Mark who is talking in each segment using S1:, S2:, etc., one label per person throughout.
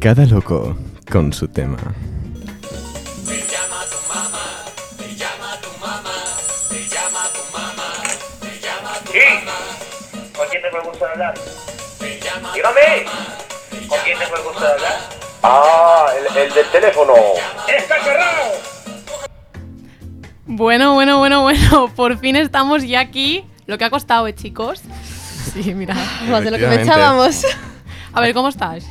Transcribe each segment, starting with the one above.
S1: Cada loco con su tema.
S2: Sí. ¿Con quién tengo el gusto de hablar? Dígame. ¿Con quién tengo el gusto de hablar?
S3: Ah, el, el del teléfono.
S2: ¡Está cerrado!
S4: Bueno, bueno, bueno, bueno, por fin estamos ya aquí. Lo que ha costado, eh, chicos. Sí, mira.
S5: Más de lo que
S1: Efectivamente.
S5: pensábamos.
S4: A ver, ¿cómo estás?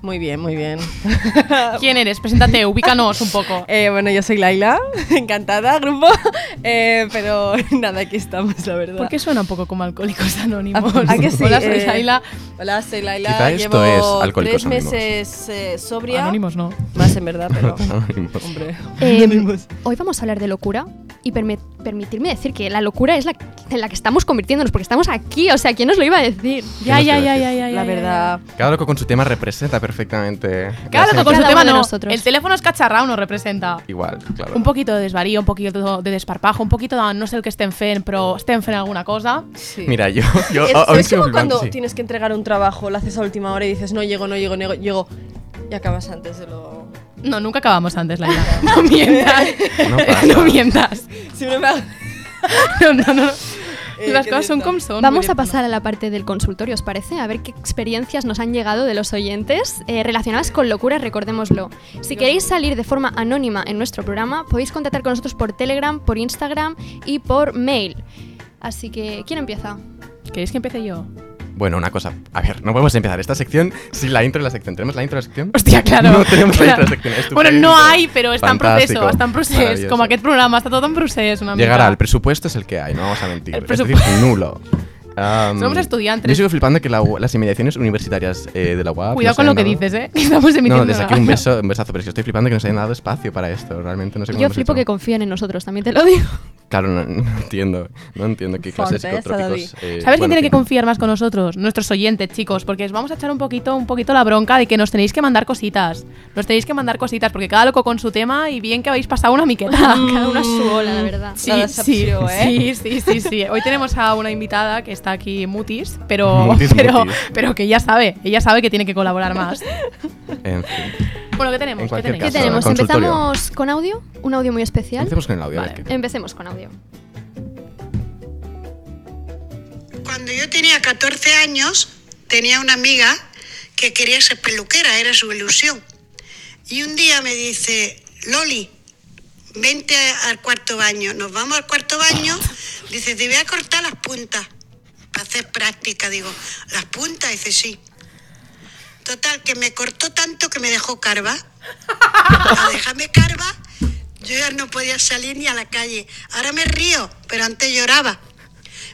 S5: Muy bien, muy bien.
S4: ¿Quién eres? Preséntate, ubícanos un poco.
S5: Eh, bueno, yo soy Laila, encantada, grupo. Eh, pero nada, aquí estamos, la verdad.
S4: ¿Por qué suena un poco como Alcohólicos Anónimos?
S5: ¿A que sí?
S4: Hola, soy
S5: Eh,
S4: Laila.
S5: Hola, soy Laila.
S1: Quizá esto
S5: Llevo
S1: es Alcohólicos
S5: tres
S1: Anónimos.
S5: meses eh, sobria.
S4: Anónimos no.
S5: Más en verdad, pero.
S1: Anónimos.
S5: Hombre.
S6: Eh,
S5: Anónimos.
S6: hoy vamos a hablar de locura y perme- permitirme decir que la locura es la en la que estamos convirtiéndonos porque estamos aquí, o sea, ¿quién nos lo iba a decir?
S4: Ya,
S1: nos
S4: ya,
S1: iba a
S4: ya,
S1: decir?
S4: ya, ya. ya,
S5: La
S4: ya.
S5: verdad.
S1: Cada loco con su tema representa perfectamente. la
S4: Claro, que con
S6: Cada
S4: su
S6: uno
S4: tema
S6: de
S4: no.
S6: nosotros.
S4: El teléfono es cacharrao, nos representa.
S1: Igual, claro.
S4: Un poquito de desvarío, un poquito de desparpajo, un poquito de no sé el que estén fent, pero estén fent alguna cosa.
S5: Sí.
S1: Mira, yo. yo
S5: es,
S1: a- aún
S5: es
S1: sigo
S5: como
S1: flipando,
S5: cuando
S1: sí.
S5: tienes que entregar un trabajo, lo haces a última hora y dices, no llego, no llego, no llego. Y acabas antes de lo.
S4: No, nunca acabamos antes, la idea. No mientas.
S1: No
S4: No,
S1: pasa.
S4: mientas.
S5: Siempre me hago-
S4: No, no, no.
S5: Eh,
S4: Las
S5: qué
S4: cosas son
S5: directa.
S4: como son. muy
S6: Vamos a
S4: directa,
S6: pasar a la parte del consultorio, ¿os parece? A ver qué experiencias nos han llegado de los oyentes eh, relacionadas con locura, recordémoslo. Si queréis salir de forma anónima en nuestro programa, podéis contactar con nosotros por Telegram, por Instagram y por mail. Así que, ¿quién empieza?
S4: ¿no? ¿Queréis que empiece yo?
S1: Bueno, una cosa. A ver, no podemos empezar esta sección sin la intro de la sección. ¿Tenemos la intro de la sección?
S4: Hostia, claro.
S1: No tenemos la
S4: Claro.
S1: intro de la sección. estupendo.
S4: Bueno, no hay, però està en procés,
S1: Fantástico,
S4: està en procés.
S1: maravilloso.
S4: Com aquest programa, està tot en procés una mica.
S1: Llegará, el presupuesto es el que hay, no vamos a mentir.
S4: El
S1: es decir,
S4: presupu-
S1: nulo. Am,
S4: Somos estudiantes.
S1: Yo sigo flipando que la U- las inmediaciones universitarias eh, de la UAP.
S4: Cuidado
S1: nos
S4: con lo
S1: hayan
S4: que
S1: dado-
S4: dices, ¿eh? Que estamos emitiendo.
S1: No, desde aquí
S4: una-
S1: un beso, un besazo, pero es que estoy flipando que nos hayan dado espacio para esto. Realmente no sé cómo
S6: Yo
S1: lo
S6: flipo que
S1: hemos hecho.
S6: confíen en nosotros, también te lo digo.
S1: Claro, no, no entiendo. No entiendo qué clases
S5: Fortaleza,
S1: psicotrópicos. eh,
S4: ¿Sabes quién
S1: bueno,
S4: tiene que
S1: en fin.
S4: confiar más con nosotros? Nuestros oyentes, chicos, porque os vamos a echar un poquito, un poquito la bronca de que nos tenéis que mandar cositas. Nos tenéis que mandar cositas, porque cada loco con su tema y bien que habéis pasado una miqueta.
S6: Cada una su ola, la verdad.
S4: Sí,
S5: La
S4: sí,
S5: decepció,
S4: sí,
S5: ¿eh?
S4: sí, sí, sí. Hoy tenemos a una invitada que está aquí mutis, pero,
S1: Mutis,
S4: pero,
S1: mutis.
S4: pero que ya sabe, ella sabe que tiene que colaborar más.
S1: En fin.
S4: Bueno, ¿qué tenemos?
S1: En
S4: ¿Qué
S1: cualquier
S4: tenéis?
S6: ¿Qué
S1: Caso,
S6: tenemos?
S1: consultorio.
S6: ¿Empezamos con audio? ¿Un audio muy especial?
S1: Empecemos con el audio. a ver
S4: Vale.
S1: qué tal.
S6: Empecemos con audio.
S7: Cuando yo tenía 14 años, tenía una amiga que quería ser peluquera, era su ilusión. Y un día me dice, Loli, vente al cuarto baño. Nos vamos al cuarto baño, dice, te voy a cortar las puntas para hacer práctica. Digo, ¿las puntas? Dice, sí. Total, que me cortó tanto que me dejó carva. Al dejarme carva, yo ya no podía salir ni a la calle. Ahora me río, pero antes lloraba.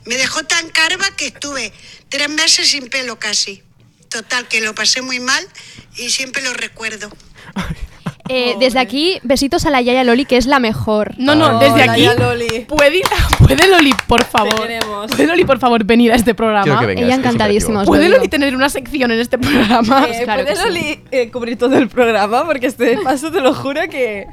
S7: Me dejó tan carva que estuve tres meses sin pelo casi. Total, que lo pasé muy mal y siempre lo recuerdo.
S6: Eh, desde aquí, besitos a la Yaya Loli, que es la mejor.
S4: No, no,
S5: Oh,
S4: desde
S5: la
S4: aquí.
S5: ya Loli.
S4: ¿Puede, puede Loli, por favor.
S5: queremos.
S4: Puede Loli, por favor, venir a este
S1: Quiero
S4: programa.
S1: que venga,
S6: Ella
S1: es que es
S6: encantadísima, os lo
S4: ¿Puede
S6: digo.
S4: Loli tener una sección en este programa?
S5: Eh,
S6: claro
S5: ¿Puedes
S6: que sí.
S5: Loli, eh, cubrir todo el programa? Porque este paso te lo juro que.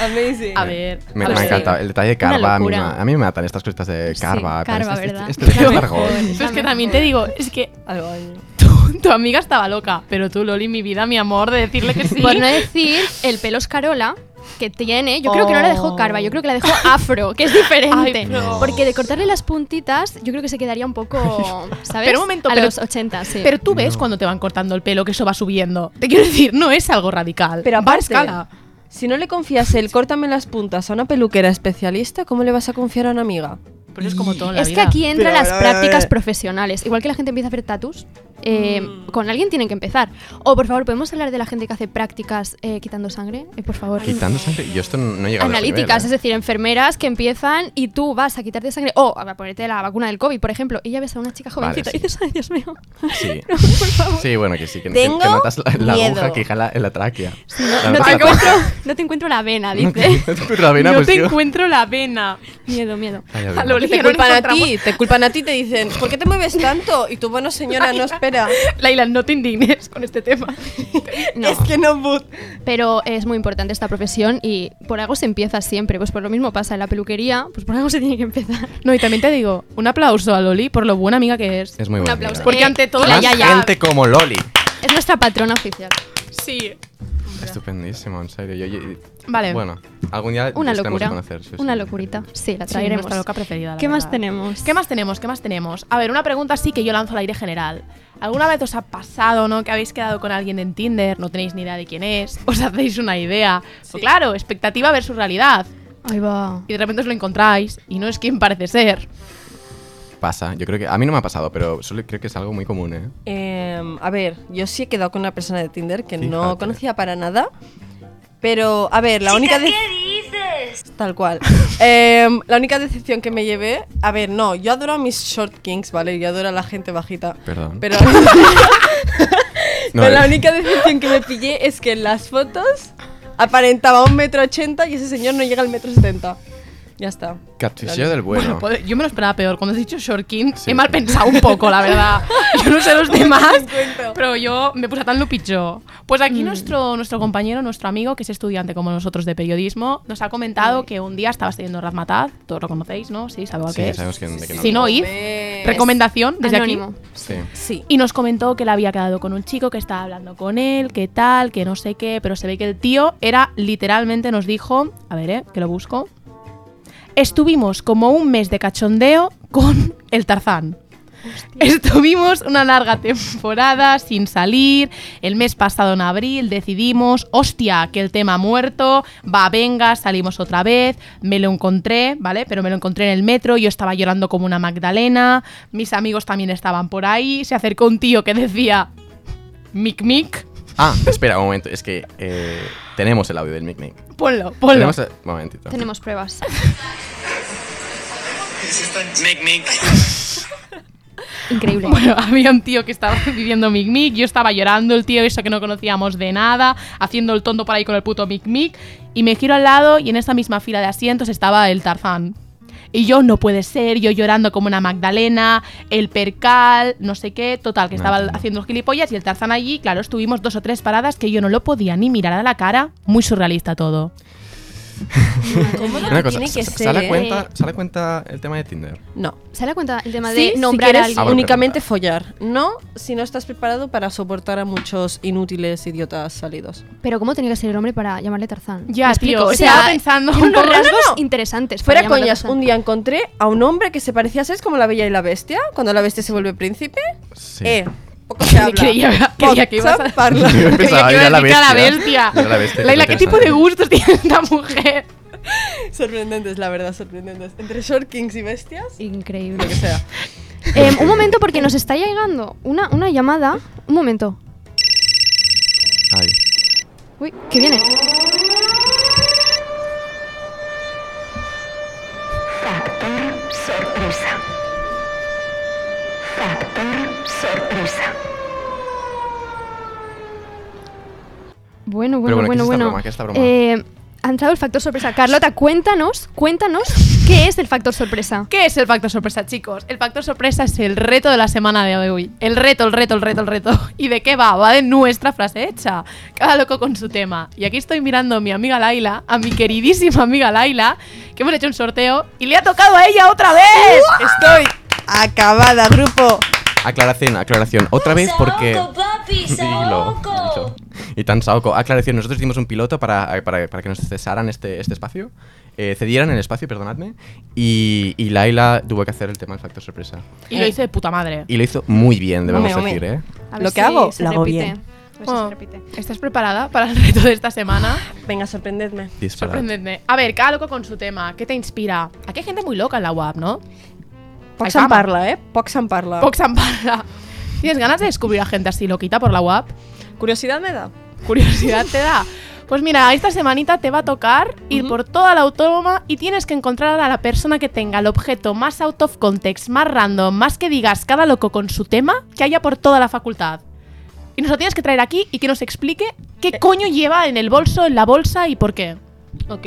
S5: Amazing.
S4: A ver.
S1: Me,
S4: a
S1: me
S4: ver.
S1: ha encantado. El detalle de
S6: Pues Una
S1: Carva, a mí, me,
S6: locura.
S1: a mí me matan estas cositas de Carva. pero
S6: Carva,
S1: este-
S6: ¿verdad?
S1: Este, este- este es
S4: Pero-
S1: largo.
S6: Pues
S5: Pues
S4: Pero es Pues que también te digo, es que
S5: Algo ahí.
S4: tu, tu amiga estaba loca, pero tú, Loli, mi vida, mi amor, de decirle que sí.
S6: Por no decir el pelo escarola que tiene, yo creo que no la dejó
S5: Oh.
S6: carva, yo creo que la dejó afro, que es diferente.
S4: Ay, no.
S6: Porque de cortarle las puntitas, yo creo que se quedaría un poco, ¿sabes?
S4: Pero un momento,
S6: a
S4: pero-
S6: los 80, sí.
S4: Pero tú ves cuando te van cortando el pelo que eso va subiendo. Te quiero decir, no es algo radical.
S5: Pero
S4: va a
S5: aparte,
S4: escala.
S5: si no le confías el córtame las puntas a una peluquera especialista, ¿cómo le vas a confiar a una amiga?
S4: Pero es como todo en la
S6: es que
S4: vida.
S6: aquí entran
S5: Pero,
S6: las
S5: a ver, a ver, a
S6: prácticas
S5: ver.
S6: profesionales. Igual que la gente empieza a hacer tatus, eh, con alguien tienen que empezar. O por favor, ¿podemos hablar de la gente que hace prácticas eh, quitando sangre? Eh, por favor.
S1: Quitando sangre. Yo esto no he llegado a ese nivel,
S6: analíticas,
S1: ¿eh?
S6: es decir, enfermeras que empiezan y tú vas a quitarte sangre o a ponerte la vacuna del COVID, por ejemplo, y ya ves a una chica
S1: Vale,
S6: jovencita
S1: sí.
S6: y dices, ay, Dios mío.
S1: Sí.
S6: por favor.
S1: Sí, bueno, que sí. Que, que-
S5: Tengo
S1: que notas la, la
S5: miedo.
S1: aguja que jala en la tráquea. La-
S6: No
S1: la-
S6: te,
S1: la-
S6: encuentro, no te encuentro la vena,
S1: No
S6: dice.
S1: te encuentro la vena,
S4: no
S1: pues,
S4: te
S1: tío.
S4: encuentro la vena.
S6: miedo, miedo.
S1: Ay, a ver.
S4: A Loli,
S5: Te
S4: que no le
S5: culpan a
S4: encontramos-
S5: ti, te culpan a ti, te dicen, ¿por qué te mueves tanto? Y tú, bueno, señora, no espera.
S4: Laila, no te indignes con este tema.
S6: No.
S5: Es que no, but.
S6: Pero es muy importante esta profesión y por algo se empieza siempre. Pues por lo mismo pasa en la peluquería, pues por algo se tiene que empezar.
S4: No, y también te digo, un aplauso a Loli por lo buena amiga que es.
S1: Es muy
S6: Un
S1: bueno.
S6: aplauso.
S4: Porque
S6: Eh,
S4: ante todo,
S6: y la
S1: Más
S6: Yaya
S1: gente como Loli.
S6: es nuestra patrona oficial. Sí.
S1: Estupendísimo, en serio. Yo- yo-
S4: Vale.
S1: Bueno, algún día
S6: Una
S1: os tenemos que
S6: locura.
S1: conocer. sí, sí.
S6: Una locurita. Sí, la
S4: Sí,
S6: traeremos.
S4: nuestra loca preferida, la
S6: ¿Qué más
S4: verdad.
S6: tenemos?
S4: ¿Qué más tenemos? ¿Qué más tenemos? A ver, una pregunta sí que yo lanzo al aire general. ¿Alguna vez os ha pasado, no? Que habéis quedado con alguien en Tinder, no tenéis ni idea de quién es, os hacéis una idea. Pues claro, expectativa versus realidad.
S6: Ahí va.
S4: Y de repente os lo encontráis y no es quien parece ser.
S1: Pasa, yo creo que. A mí no me ha pasado, pero solo creo que es algo muy común, ¿eh?
S5: Em, a ver, yo sí he quedado con una persona de Tinder que
S1: Fíjate.
S5: no conocía para nada. Pero, a ver, la única. de- Tal cual. Em, la única decepción que me llevé. A ver, no, yo adoro a mis short kings, ¿vale? Yo adoro a la gente bajita.
S1: Perdón.
S5: Pero,
S1: No,
S5: pero la
S1: eh,
S5: única decepción que me pillé es que en las fotos aparentaba un metro ochenta y ese señor no llega al metro setenta. Ya está.
S1: Catfisheo del bueno.
S4: Bueno, yo me lo esperaba peor. Cuando has dicho Shorkin,
S1: Ah. Sí.
S4: he mal pensado un poco, la verdad. Yo no sé los demás,
S5: encuentro.
S4: pero yo me puse a tan lupicho. Pues
S1: Mm.
S4: aquí nuestro, nuestro compañero, nuestro amigo, que es estudiante como nosotros de periodismo, nos ha comentado que un día estaba estudiando Razmataz. Todos lo conocéis, ¿no? Sí, sabemos
S1: Sí,
S4: qué es.
S1: sabemos que, de que no.
S4: Si no, id.
S5: Ves.
S4: Recomendación desde aquí.
S6: Anónimo.
S1: Sí.
S5: Sí.
S4: Y nos comentó que la había quedado con un chico que estaba hablando con él, que tal, que no sé qué, pero se ve que el tío era literalmente, nos dijo, a ver, eh, que lo busco. Estuvimos como un mes de cachondeo con el Tarzán. Estuvimos una larga temporada sin salir. El mes pasado en abril decidimos, hostia, que el tema ha muerto, va, venga, salimos otra vez. Me lo encontré, ¿vale? Pero me lo encontré en el metro, yo estaba llorando como una Magdalena. Mis amigos también estaban por ahí. Se acercó un tío que decía, mic mic.
S1: Ah, espera un momento, es que eh, tenemos el audio del Mic Mic.
S4: Ponlo, ponlo.
S1: Tenemos. el- momentito.
S6: Tenemos pruebas.
S8: Mic, mic.
S6: Increíble.
S4: Bueno, había un tío que estaba viviendo Mic Mic, yo estaba llorando, el tío eso que no conocíamos de nada, haciendo el tonto por ahí con el puto Mic Mic, y me giro al lado y en esta misma fila de asientos estaba el Tarzán. Y yo, no puede ser, yo llorando como una Magdalena, el percal, no sé qué, total, que
S1: No
S4: estaba
S1: entiendo.
S4: haciendo los gilipollas y el Tarzán allí, claro, estuvimos dos o tres paradas que yo no lo podía ni mirar a la cara, muy surrealista todo.
S5: Cómodo
S1: Una
S5: que
S1: cosa,
S5: tiene que
S1: ¿se- se-
S5: ser,
S1: ¿sale
S5: ¿eh?
S1: cuenta, ¿sale cuenta el tema de Tinder?
S5: No.
S6: ¿Se da cuenta el tema
S5: Sí,
S6: de
S5: si
S6: nombrar
S5: quieres
S6: a alguien?
S1: Ah, bueno,
S5: únicamente
S1: perdón.
S5: follar. No si no estás preparado para soportar a muchos inútiles idiotas salidos.
S6: Pero ¿cómo tenía que ser el hombre para llamarle Tarzán?
S4: Ya,
S6: ¿Me explico?
S4: tío,
S6: O
S4: estaba
S6: sea,
S4: pensando
S6: tiene
S4: un
S6: unos
S4: poco-
S6: rasgos
S4: No, no, no.
S6: interesantes. para
S5: Fuera
S6: llamarle
S5: coñas,
S6: Tarzán.
S5: un día encontré a un hombre que se parecía, ¿sabes? Como la bella y la bestia. Cuando la bestia se vuelve príncipe.
S1: Sí.
S5: Eh, poco se habla.
S4: Creía, creía que ibas a...
S5: Poca parla.
S1: Yo pensaba,
S4: creía
S1: era
S4: que ibas a
S1: la
S4: decir a la
S1: bestia.
S4: bestia.
S1: Era la bestia,
S4: Laila,
S1: qué
S4: ¿qué tipo de
S1: interesante.
S4: gustos tiene esta mujer?
S5: sorprendentes, la verdad, sorprendentes. Entre short kings y bestias.
S6: Increíble.
S5: Lo que sea.
S4: Eh,
S6: Em, un momento, porque nos está llegando una, una llamada. Un momento.
S1: Ay.
S6: Uy, que viene. Bueno, bueno,
S1: Pero bueno, ¿qué
S6: bueno,
S1: es esta
S6: bueno.
S1: broma? ¿Qué es esta broma?
S6: Eh, ha entrado el factor sorpresa. Carlota, cuéntanos, cuéntanos qué es el factor sorpresa.
S4: ¿Qué es el factor sorpresa, chicos? El factor sorpresa es el reto de la semana de hoy. El reto, el reto, el reto, el reto. ¿Y de qué va? Va de nuestra frase hecha. Cada loco con su tema. Y aquí estoy mirando a mi amiga Laila, a mi queridísima amiga Laila, que hemos hecho un sorteo y le ha tocado a ella otra vez.
S5: Estoy acabada, grupo.
S1: Aclaración, aclaración. Otra vez porque. Dilo, dilo. Y tan saoco. Aclaración, nosotros hicimos un piloto para, eh, para- para que nos cesaran este, este espacio. eh, cedieran el espacio, perdonadme. Y, y Laila tuvo que hacer el tema del factor sorpresa.
S4: Y lo hice de puta madre.
S1: Y lo hizo muy bien, debemos
S5: Hombre,
S1: decir, ¿eh?
S6: A
S5: Lo que hago,
S6: se
S5: lo hago
S6: repite.
S5: bien. Oh.
S6: A ver si
S4: Bueno,
S6: se repite.
S4: ¿Estás preparada para el reto de esta semana?
S5: Venga, sorprendedme.
S1: Disparad.
S4: Sorprendente. A ver, cada loco con su tema. ¿Qué te inspira? Aquí hay gente muy loca en la web, ¿no?
S5: Pox
S4: Ay, vamos.
S5: and parla, ¿eh? Pox and parla.
S4: Pox and Parla. ¿Tienes ganas de descubrir a gente así loquita por la web?
S5: Curiosidad me da.
S4: Curiosidad te da. Pues mira, esta semanita te va a tocar ir por toda la autónoma y tienes que encontrar a la persona que tenga el objeto más out of context, más random, más que digas cada loco con su tema que haya por toda la facultad. Y nos lo tienes que traer aquí y que nos explique qué coño lleva en el bolso, en la bolsa y por qué.
S5: Ok.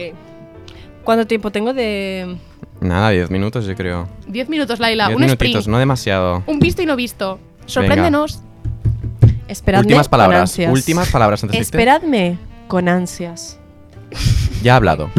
S5: ¿Cuánto tiempo tengo de...?
S1: Nada, 10 minutos, yo creo.
S4: Diez minutos, Laila.
S1: 10
S4: un sprint.
S1: minutitos, no demasiado.
S4: Un visto y no visto. Sorpréndenos.
S5: Esperadme
S1: últimas
S5: con
S1: palabras.
S5: ansias.
S1: Últimas palabras antes de irte.
S5: Esperadme con ansias.
S1: Ya ha hablado.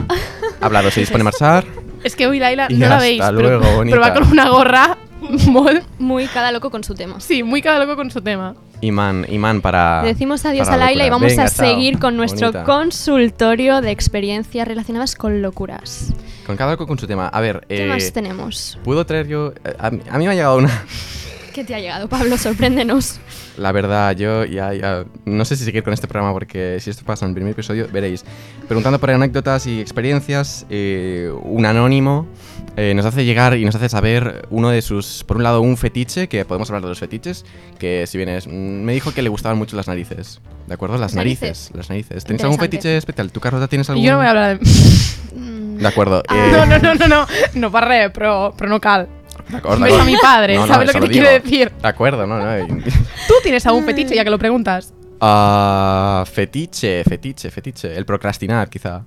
S1: Ha hablado, se dispone a marchar.
S4: Es que hoy Laila
S1: Y
S4: no la
S1: hasta
S4: veis,
S1: luego,
S4: pero, pero va
S1: bonita.
S4: con una gorra mod-
S6: Muy cada loco con su tema.
S4: Sí, muy cada loco con su tema.
S1: Imán, imán para.
S6: Le decimos adiós
S1: Ah, para
S6: a Laila y
S1: locura.
S6: vamos a
S1: Venga, chao.
S6: seguir con nuestro
S1: Bonita.
S6: consultorio de experiencias relacionadas con locuras.
S1: Con cada loco con su tema. A ver,
S6: ¿Qué
S1: eh,
S6: más tenemos?
S1: ¿puedo traer yo? A, a mí a mí me ha llegado una.
S6: ¿Qué te ha llegado, Pablo? Sorpréndenos.
S1: La verdad, yo ya, ya- no sé si seguir con este programa porque si esto pasa en el primer episodio, veréis. Preguntando por anécdotas y experiencias, eh, un anónimo eh, nos hace llegar y nos hace saber uno de sus, por un lado, un fetiche, que podemos hablar de los fetiches, que si bien es, mm, me dijo que le gustaban mucho las narices. ¿De acuerdo? Las
S6: Las narices.
S1: narices. Las narices. ¿Tienes algún
S6: Interesante.
S1: fetiche especial? ¿Tú, Carlota, tienes algún?
S4: Yo no voy a hablar de...
S6: Mm,
S1: De acuerdo. eh,
S4: Ah, No, no, no, no, no. No parre, pero, pero no cal.
S1: de acuerdo, de
S4: Beso a
S1: acuerdo.
S4: mi padre,
S1: No, no,
S4: ¿sabes lo
S1: eso
S4: que te quiero decir?
S1: De acuerdo, no, eh, no. y-
S4: Tú tienes algún fetiche, ya que lo preguntas.
S1: Ah, fetiche, fetiche, fetiche. El procrastinar, quizá.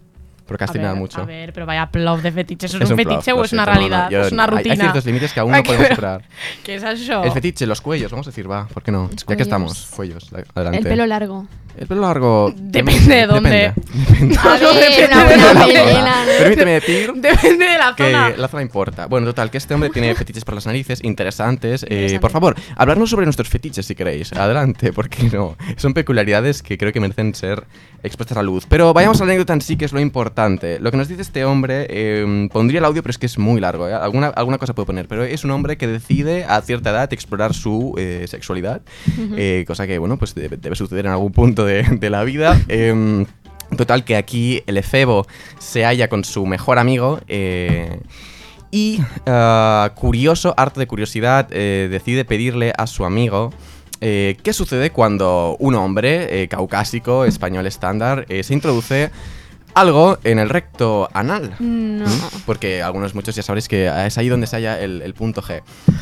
S1: Procrastinar
S4: a ver,
S1: mucho.
S4: A ver, pero vaya plof de fetiche. ¿Eso es,
S1: Es
S4: un,
S1: un plof,
S4: fetiche
S1: lo
S4: o es una
S1: siento, no,
S4: realidad?
S1: no, yo-
S4: es una
S1: hay- hay
S4: rutina.
S1: ciertos límites que aún no
S4: Ay, Oh.
S1: podemos
S4: pero-
S1: superar.
S4: ¿Qué es eso?
S1: El fetiche, los cuellos, vamos a decir, va, ¿por qué no?
S6: Los
S1: ya que
S6: cuellos.
S1: estamos, cuellos, la- adelante.
S6: el pelo largo.
S1: El pelo largo.
S4: Depende de dónde.
S1: Depende.
S4: A ver,
S6: ver,
S4: una
S1: Depende de
S4: buena
S1: la
S6: Depende de
S1: zona.
S6: la-
S1: Permíteme decir
S4: Depende de la
S1: que
S4: zona.
S1: la zona importa. Bueno, total, que este hombre tiene fetiches por las narices interesantes. Eh,
S6: Interesante.
S1: por favor, hablarnos sobre nuestros fetiches si queréis. Adelante, porque no. Son peculiaridades que creo que merecen ser expuestas a luz. Pero vayamos a la anécdota en sí, que es lo importante. Lo que nos dice este hombre, eh, pondría el audio, pero es que es muy largo. ¿eh? Alguna, alguna cosa puedo poner, pero es un hombre que decide a cierta edad explorar su eh, sexualidad, eh, cosa que, bueno, pues debe, debe suceder en algún punto de, de la vida. Em, Total, que aquí el efebo se halla con su mejor amigo eh, y, ah, curioso, harto de curiosidad, eh, decide pedirle a su amigo eh, qué sucede cuando un hombre eh, caucásico, español estándar, eh, se introduce algo en el recto anal.
S6: No.
S1: ¿Mm? Porque algunos muchos ya sabréis que es ahí donde se halla el, el punto G.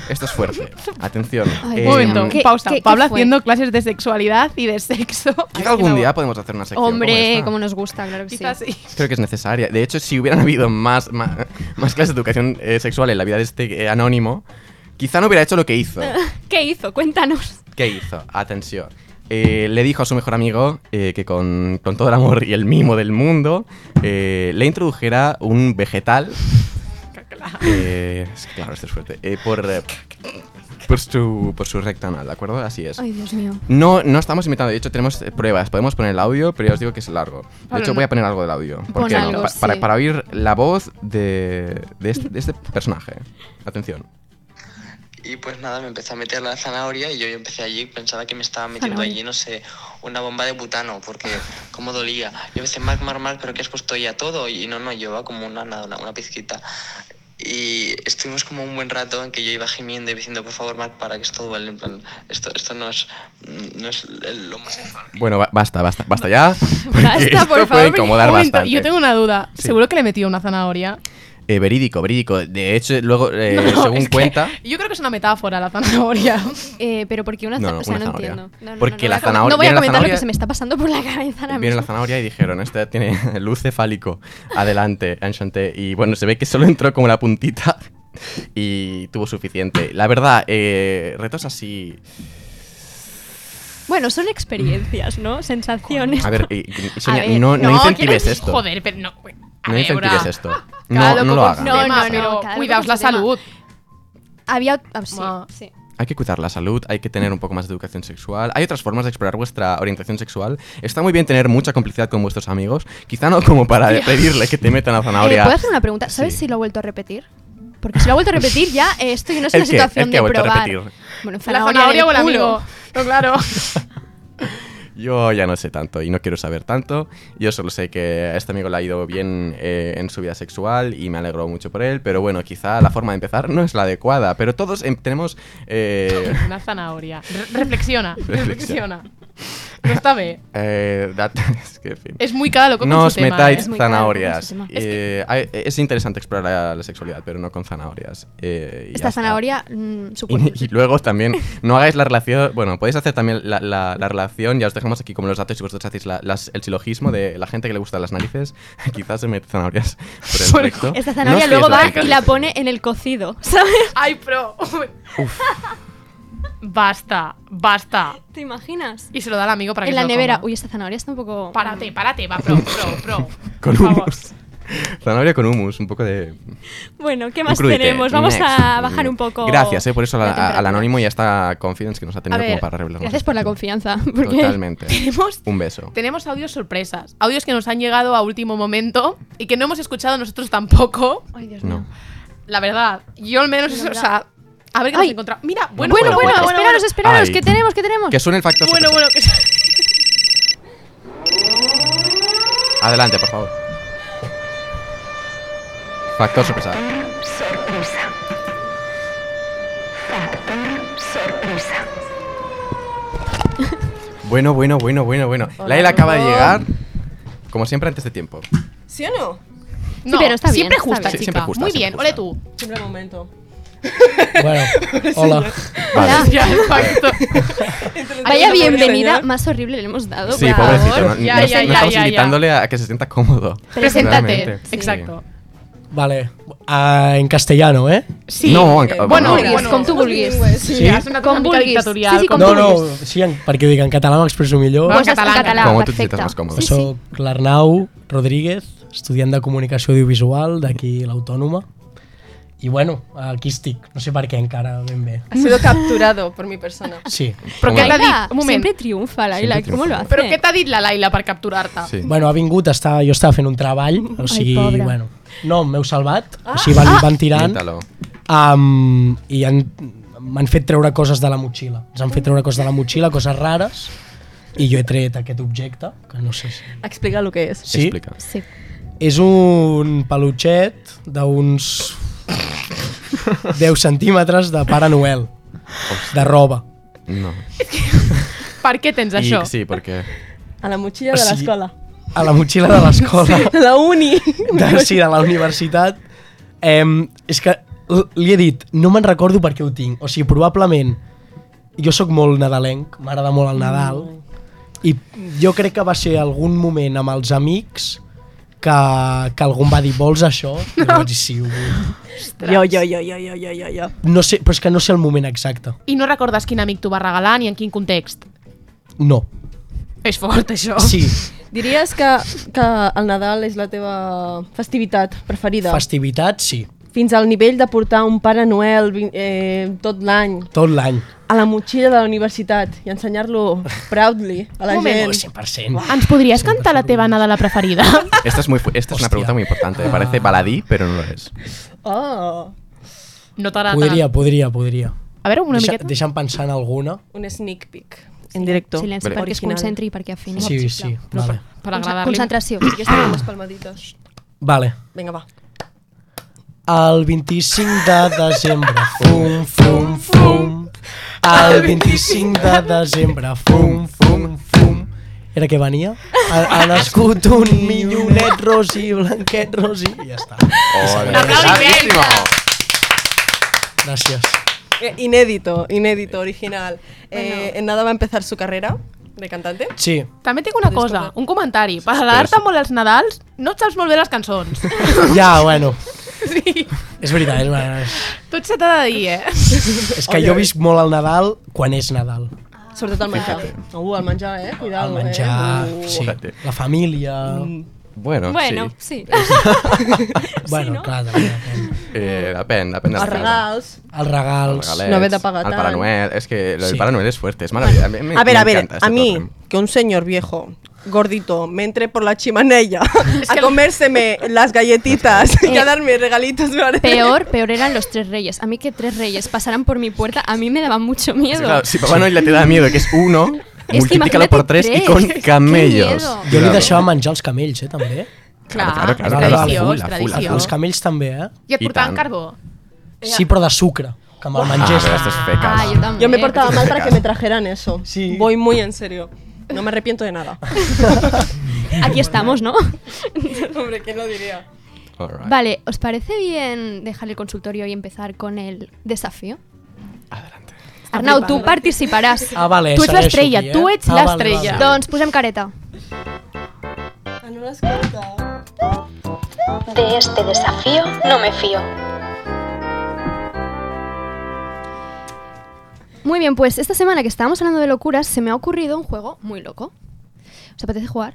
S1: Esto es fuerte. Atención.
S6: Ay,
S1: Eh,
S4: Un momento,
S6: ¿Qué-
S4: pausa.
S6: qué- qué
S4: Pablo
S6: fue?
S4: haciendo clases de sexualidad y de sexo.
S1: Quizá algún día podemos hacer una sección. como
S6: Hombre,
S1: esta.
S6: como nos gusta, claro que sí.
S4: Quizás sí.
S1: Creo que es necesaria. De hecho, si hubieran habido más, ma- más, clases de educación eh, sexual en la vida de este eh, anónimo, quizá no hubiera hecho lo que hizo.
S6: ¿Qué hizo? Cuéntanos.
S1: ¿Qué hizo? Atención. Eh, le dijo a su mejor amigo eh, que con, con todo el amor y el mimo del mundo eh, le introdujera un vegetal. Eh, es que, claro, esto es fuerte. Eh, por, eh, por, su, por su recto anal, ¿de acuerdo? Así es.
S6: Ay, Dios mío.
S1: No, no estamos inventando, de hecho tenemos eh, pruebas, podemos poner el audio, pero ya os digo que es largo. De
S4: Pablo,
S1: hecho
S4: no.
S1: voy a poner algo del audio. ¿Por
S6: Pon
S1: qué no?
S6: algo,
S1: Pa-
S6: sí.
S1: para, para oír la voz de, de este, de este personaje. Atención.
S8: Y pues nada, me empecé a meter la zanahoria y yo empecé allí, pensaba que me estaba metiendo
S6: Zanahoria.
S8: allí, no sé, una bomba de butano, porque cómo dolía. Yo empecé, Marc, Marc, Marc, pero que has puesto ya todo, y no, no, llevaba como una, nada, una, una pizquita. Y estuvimos como un buen rato en que yo iba gimiendo y diciendo, por favor, Marc, para que esto duele, en plan, esto, esto no es, no es el homosexual.
S1: Bueno, ba- basta, basta, basta ya. porque
S6: Basta,
S1: esto
S6: por favor,
S1: puede
S6: porque-
S1: incomodar
S4: Un momento,
S1: bastante.
S4: yo tengo una duda.
S1: Sí.
S4: Seguro que le metió una zanahoria.
S1: Eh, verídico, verídico. De hecho, luego, eh,
S4: No, no,
S1: según
S4: es que
S1: cuenta...
S4: Yo creo que es una metáfora la zanahoria.
S6: Eh, pero porque una,
S1: No,
S6: za-
S1: no,
S6: o sea,
S1: una
S6: no
S1: zanahoria.
S6: entiendo. No, no,
S1: Porque la
S6: no, no voy a com-
S1: zanahoria-
S6: No voy a
S1: viene la
S6: comentar lo que
S1: zanahoria-
S6: se me está pasando por la cabeza ahora
S1: Vieron la
S6: mismo.
S1: zanahoria y dijeron, esta tiene luce fálico. Adelante, enchanté. Y bueno, se ve que solo entró como la puntita y tuvo suficiente. La verdad, eh, retos así...
S6: Bueno, son experiencias, ¿no? Sensaciones.
S1: A ver, y- y- y Sonia,
S6: A ver,
S1: no, no
S6: no,
S1: incentives
S6: quiero-
S1: esto.
S4: Joder, pero no. a
S1: no
S4: ver,
S1: incentives
S4: ahora.
S1: esto. No,
S4: Cada loco
S1: no lo
S4: con
S1: hagan.
S4: su tema,
S6: No, no,
S4: pero
S6: no, cada loco
S4: cuidaos
S6: con
S4: la
S6: su tema.
S4: salud.
S6: Había. ah, sí,
S4: Ma.
S6: sí.
S1: Hay que cuidar la salud, hay que tener un poco más de educación sexual, hay otras formas de explorar vuestra orientación sexual. Está muy bien tener mucha complicidad con vuestros amigos, quizá no como para pedirle que te metan a
S6: Eh,
S1: zanahoria.
S6: ¿Puedo hacer una pregunta? ¿Sabes
S1: Sí.
S6: si lo ha vuelto a repetir? Porque si lo ha vuelto a repetir ya, eh, esto ya no es
S1: ¿El
S6: una
S1: qué?
S6: situación
S1: ¿El qué
S6: de
S1: ha vuelto a
S6: probar.
S1: repetir?
S6: Bueno,
S4: La
S6: zanahoria,
S4: zanahoria
S6: en
S4: o el
S6: el culo.
S4: amigo. No, claro.
S1: Yo ya no sé tanto y no quiero saber tanto. Yo solo sé que a este amigo le ha ido bien eh, en su vida sexual y me alegro mucho por él, pero bueno, quizá la forma de empezar no es la adecuada, pero todos em- tenemos... eh,
S4: Una zanahoria. Re- reflexiona,
S1: Reflexiona.
S4: reflexiona. No está bien.
S1: eh, dat- es que, en fin.
S4: Es muy cada loco con
S1: No os
S4: su tema.
S1: metáis
S4: ¿eh?
S6: Es muy caro,
S1: zanahorias.
S6: ¿cómo se llama?
S1: Eh, hay- es interesante explorar la, la sexualidad, pero no con zanahorias. Eh, y ya
S6: Esta
S1: está.
S6: zanahoria, mm, supongo.
S1: Y, y luego también, no hagáis la relación. Bueno, podéis hacer también la, la- la relación. Ya os dejamos aquí como los datos y vosotros hacéis la- las- el silogismo de la gente que le gustan las narices. Quizás se mete zanahorias por el
S4: Por-
S1: recto. No
S6: Esta
S1: ¿eh?
S6: zanahoria
S1: os
S6: luego
S1: fiéis
S6: va
S1: de
S6: y la pone en el cocido, ¿sabes?
S4: Ay, pro. Basta, basta.
S6: ¿Te imaginas?
S4: Y se lo da al amigo para que
S6: en
S4: se
S6: la
S4: lo
S6: nevera.
S4: coma.
S6: Uy, esta zanahoria está un poco. mm.
S4: Párate, párate, va, pro, pro, pro.
S1: Con
S4: Por favor.
S1: humus. Zanahoria con hummus, un poco de...
S6: Bueno, ¿qué
S1: un
S6: más
S1: crudité.
S6: tenemos? Vamos a
S1: Next.
S6: bajar un poco.
S1: Gracias, eh, por eso a-
S6: la
S1: a- al
S6: temperatura.
S1: anónimo y a esta confidence que nos ha
S6: A
S1: tenido
S6: ver,
S1: como para revelarnos.
S6: gracias por la confianza. Porque
S1: Totalmente.
S4: Tenemos,
S1: Un beso.
S4: tenemos audios sorpresas. Audios que nos han llegado a último momento y que no hemos escuchado nosotros tampoco.
S6: Ay, Dios
S1: No.
S6: mío.
S4: La verdad, yo al menos,
S6: La
S4: eso, o
S6: verdad.
S4: sea, a ver qué nos
S6: Ay.
S4: encontramos. Mira,
S6: Bueno,
S4: bueno,
S6: bueno,
S1: bueno, bueno,
S6: esperaros, esperaros.
S1: Ay.
S6: ¿Qué tenemos? ¿Qué tenemos?
S1: Que suene el factor.
S4: bueno, bueno, que
S1: Adelante, por favor. Factor sorpresa. Bueno, bueno, bueno, bueno, bueno. Laila acaba de llegar, como siempre, antes de tiempo.
S5: ¿Sí o no?
S4: No,
S6: pero está bien,
S4: siempre
S6: está
S4: justa,
S6: bien. Sí,
S4: chica.
S1: siempre justa,
S4: Muy
S1: siempre
S4: bien,
S1: justa.
S4: ole tú.
S5: Siempre momento.
S9: Bueno, hola.
S1: Vale.
S6: Hola.
S4: Ya, exacto.
S6: Vaya
S5: Entonces,
S6: bienvenida
S5: señor.
S6: más horrible le hemos dado.
S1: Sí,
S6: por
S1: pobrecito.
S6: favor.
S1: No,
S4: Ya,
S1: no-
S4: ya,
S1: no
S4: ya,
S1: estamos
S4: ya, ya.
S1: invitándole a que se sienta cómodo.
S4: Preséntate.
S1: Realmente.
S4: Exacto.
S9: Vale, ah, en castellano, ¿eh?
S4: Sí.
S1: No,
S5: Eh,
S1: en-
S4: Bueno,
S6: vulguis,
S4: bueno,
S6: con tu
S5: somos
S6: vulguis.
S5: bilingües.
S4: Sí,
S9: Sí?
S4: has una cosa
S6: Con
S4: mica
S6: vulguis.
S4: dictatorial.
S6: Sí, sí,
S4: con
S6: con
S9: No,
S4: vulguis.
S9: no, sí, en, perquè ho dic en català m'expresso millor.
S4: Bueno,
S6: Pues en
S4: catalán.
S6: catalán,
S1: Como tú te
S6: perfecte.
S1: sientas más cómoda.
S6: Sí, sí.
S9: Soc l'Arnau Rodríguez, estudiant de Comunicació Audiovisual d'aquí l'Autònoma. I bueno, aquí estic, no sé per què encara ben bé.
S5: Ha sido capturado por mi persona.
S9: Sí.
S4: Però què
S1: Bueno.
S4: t'ha
S6: Laila,
S4: dit? Un moment.
S6: siempre triunfa, Laila.
S1: Siempre
S6: ¿Cómo lo
S1: triunfa.
S6: hace?
S4: Però què t'ha dit la Laila per capturar-te?
S1: Sí.
S9: Bueno, ha vingut, està, jo estava fent un treball, o sigui,
S6: pobra.
S9: bueno, no, m'heu salvat, o sigui, van, van tirant
S1: Mítalo.
S9: um, i han, m'han fet treure coses de la motxilla. Ens han fet treure coses de la motxilla, coses rares, i jo he tret aquest objecte, que no sé si...
S5: Explica lo que es.
S9: Sí,
S1: Explica.
S6: Sí.
S9: és un pelutxet d'uns 10 centímetres de Pare Noel, de roba.
S1: No.
S4: Per què tens
S1: Y-
S4: això?
S1: sí, porque.
S5: A la mochila
S9: O
S5: de la
S9: sigui,
S5: escuela.
S9: A la motxilla de l'escola.
S5: A la uni.
S9: de, sí, de la universitat. Em, és que l- li he dit, no me'n recordo per què ho tinc. O sigui, probablement, jo sóc molt nadalenc, m'agrada molt el Nadal, i jo crec que va ser algun moment amb els amics que, que algú em va dir, vols això? I jo vaig dir, sí, ho vull.
S5: Yo, yo, yo, yo, yo, yo, yo, yo.
S9: No sé, però és que no sé el moment exacte.
S4: I no recordes quin amic t'ho va regalar ni en quin context.
S9: No.
S4: És fort, això.
S9: Sí,
S5: Diries que, que el Nadal és la teva festivitat preferida?
S9: festivitat, sí.
S5: Fins al nivell de portar un Pare Noel vin- eh, tot l'any
S9: Tot l'any.
S5: a la motxilla de la universitat i ensenyar-lo proudly a la
S4: Un moment,
S5: gent.
S9: Oh, 100%.
S4: Ens podries cantar la teva Nadala preferida?
S1: Esta es, muy fu- esta es una
S9: Hostia.
S1: pregunta muy importante. Parece baladí, pero no lo es.
S5: Oh,
S4: No t'agrada tant.
S9: Podria, podria, podria.
S4: A veure, una
S9: Deixa,
S4: miqueta.
S9: deixa'm pensar en alguna.
S5: un sneak peek en directe.
S6: Silenci,
S1: Vale.
S6: perquè es
S5: Original.
S6: concentri i perquè afini.
S9: Sí, sí, vale.
S4: Per agradar-li.
S6: Concentració.
S5: Jo estic amb les palmadites.
S9: Vale.
S5: Vinga, Ah. va.
S9: El 25 de desembre, fum, fum, fum. El 25 de desembre, fum, fum, fum. Era que venia? Ha, ha nascut un millonet rosi, blanquet rosi. I ja està.
S1: ¡Bravísimo!
S9: Gràcies.
S5: Eh, Inédito, inédito, original. Eh, en nada va a empezar su carrera de cantante.
S9: Sí,
S4: També tinc una cosa, un comentari. Per agradar-te molt els Nadals, no et saps molt bé les cançons.
S9: ja, bueno.
S4: sí.
S9: És veritat, és, veritat.
S4: Tot se t'ha de dir, eh?
S9: és que jo visc molt el Nadal quan és Nadal.
S5: Sobretot el menjar. Uh, el menjar, eh?
S9: El
S5: Cuidado,
S9: menjar,
S5: eh? Uh.
S9: sí, la família...
S5: Mm,
S1: Bueno,
S6: Bueno,
S1: sí.
S6: sí.
S9: Bueno,
S6: no?
S9: clar, també depèn.
S1: Eh, depèn, depèn de la
S5: Els
S1: casa.
S5: regals.
S9: Els regals...
S1: Regalets,
S5: No haver de pagar
S1: al
S5: tant.
S1: Pare Noel. Es que lo del
S9: Sí.
S1: Pare Noel es fuerte, es maravilloso. A, mí me-
S5: A ver,
S1: me
S5: a ver,
S1: encanta este
S5: a mí,
S1: programa.
S5: que un señor viejo, gordito, me entre por la chimanella a
S4: que-
S5: comérseme las galletitas y
S6: Eh,
S5: a darme regalitos. me parece.
S6: Peor, peor eran los tres reyes. A mí que tres reyes pasaran por mi puerta, a mí me daba mucho
S1: Es que,
S6: miedo.
S1: claro, si Papá Noel le te da miedo, que es uno,
S6: que
S1: multiplícalo por
S6: imagínate
S1: tres y
S6: tres.
S1: con
S6: Qué
S1: camellos.
S6: miedo.
S9: Jo li deixava menjar els camells, eh, també.
S1: Claro, claro,
S4: Clar,
S1: claro.
S9: és
S1: claro, a
S9: tradició,
S1: full,
S4: és
S1: a full, a
S4: tradició.
S1: full.
S9: Els camells també, eh?
S4: I et
S1: I
S4: portaven
S1: tant.
S4: carbó.
S9: Sí, però de sucre, que me'l
S1: Ah,
S9: mengés.
S1: pero esto es
S6: Ah,
S1: fecal.
S6: yo también.
S5: Yo me portaba mal para que me trajeran eso.
S9: Sí.
S5: Voy muy en serio. No me arrepiento de nada.
S6: Aquí estamos, ¿no?
S5: Hombre, ¿quién lo diría?
S1: All right.
S6: Vale, ¿os parece bien dejar el consultorio y empezar con el desafío?
S1: Adelante.
S6: Arnau, tú participarás.
S9: Ah, vale,
S4: Tu ets
S9: segueixo
S4: l'estrella,
S9: aquí, eh?
S4: tu ets
S9: Ah, vale,
S4: l'estrella.
S9: vale.
S6: Entonces, puse en careta.
S10: De este desafío no me fío.
S6: Muy bien, pues esta semana que estábamos hablando de locuras, se me ha ocurrido un juego muy loco. ¿Os apetece jugar?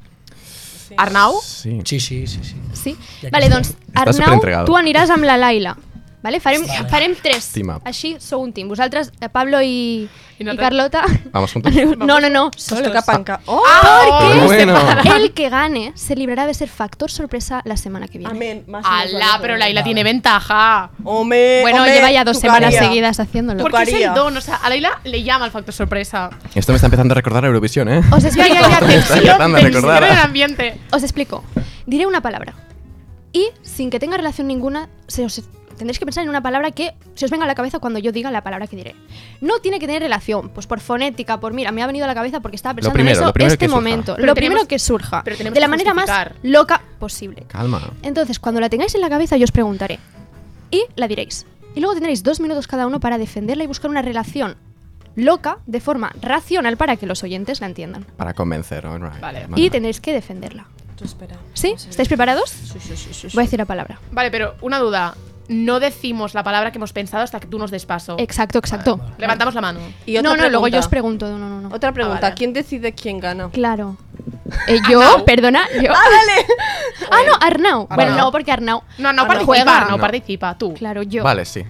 S4: Arnau?
S1: Sí.
S9: Sí, sí, sí, sí.
S6: Sí?
S9: Ja que
S6: Vale,
S9: estem.
S6: doncs,
S1: Està
S6: Arnau,
S1: superentregado.
S6: tu aniràs amb la Laila. Vale? Farem, farem tres.
S1: Team up.
S6: Així sou un team. Vosaltres, eh, Pablo i,
S4: I
S6: i,
S4: nosaltres?
S6: Carlota...
S1: Vamos juntos.
S6: No, no, no.
S5: Nos
S6: solos.
S5: toca panca. ¡Oh!
S6: Porque
S1: Bueno.
S6: el que gane se librará de ser factor sorpresa la semana que viene.
S5: Amén. Más o menos
S4: Alá,
S5: vale,
S4: pero
S5: vale.
S4: Laila tiene ventaja.
S5: Homé,
S6: Bueno,
S5: homé,
S6: lleva ya dos
S5: tu
S6: semanas
S5: caria.
S6: seguidas haciéndolo.
S5: Por-
S4: Porque es el
S5: haría?
S4: don, o sea, a Laila le llama el factor sorpresa.
S1: Esto me está empezando a recordar a Eurovisión, ¿eh?
S6: Os explico.
S1: Me está empezando a recordar.
S4: el
S1: a-
S4: ambiente.
S6: Os explico. Diré una palabra. Y sin que tenga relación ninguna, se os- tendréis que pensar en una palabra que se os venga a la cabeza cuando yo diga la palabra que diré. No tiene que tener relación, pues por fonética, por mira, me ha venido a la cabeza porque estaba pensando
S1: primero,
S6: en
S1: lo
S6: eso
S1: primero
S6: este
S1: que surja.
S6: momento.
S4: Pero tenemos-
S6: lo primero que surja.
S4: pero tenemos
S6: de la
S4: que
S6: manera más
S4: justificar.
S6: loca posible.
S1: Calma.
S6: Entonces, cuando la tengáis en la cabeza, yo os preguntaré. Y la diréis. Y luego tendréis dos minutos cada uno para defenderla y buscar una relación loca de forma racional para que los oyentes la entiendan.
S1: Para convencer, all right.
S4: Vale.
S6: Y tendréis que defenderla.
S5: Tú espera.
S6: ¿Sí? ¿Estáis preparados?
S5: Sí, sí, sí, sí, sí.
S6: Voy a decir la palabra.
S4: Vale, pero una duda. No decimos la palabra que hemos pensado hasta que tú nos des paso.
S6: Exacto, exacto.
S4: Levantamos la mano.
S5: Y otra
S6: Oh. no, no, luego
S5: pregunta.
S6: yo os pregunto. No, no, no. no.
S5: Otra pregunta.
S4: Ah, vale.
S5: ¿Quién decide quién gana?
S6: Claro. Eh, yo, perdona, yo. ¡Ah, no, Arnau. Bueno,
S4: Arnau.
S6: no, porque Arnau.
S4: No, no
S6: Arnau
S4: participa,
S6: juega.
S4: no
S1: No.
S4: participa, tú.
S6: Claro, yo.
S1: Vale, sí.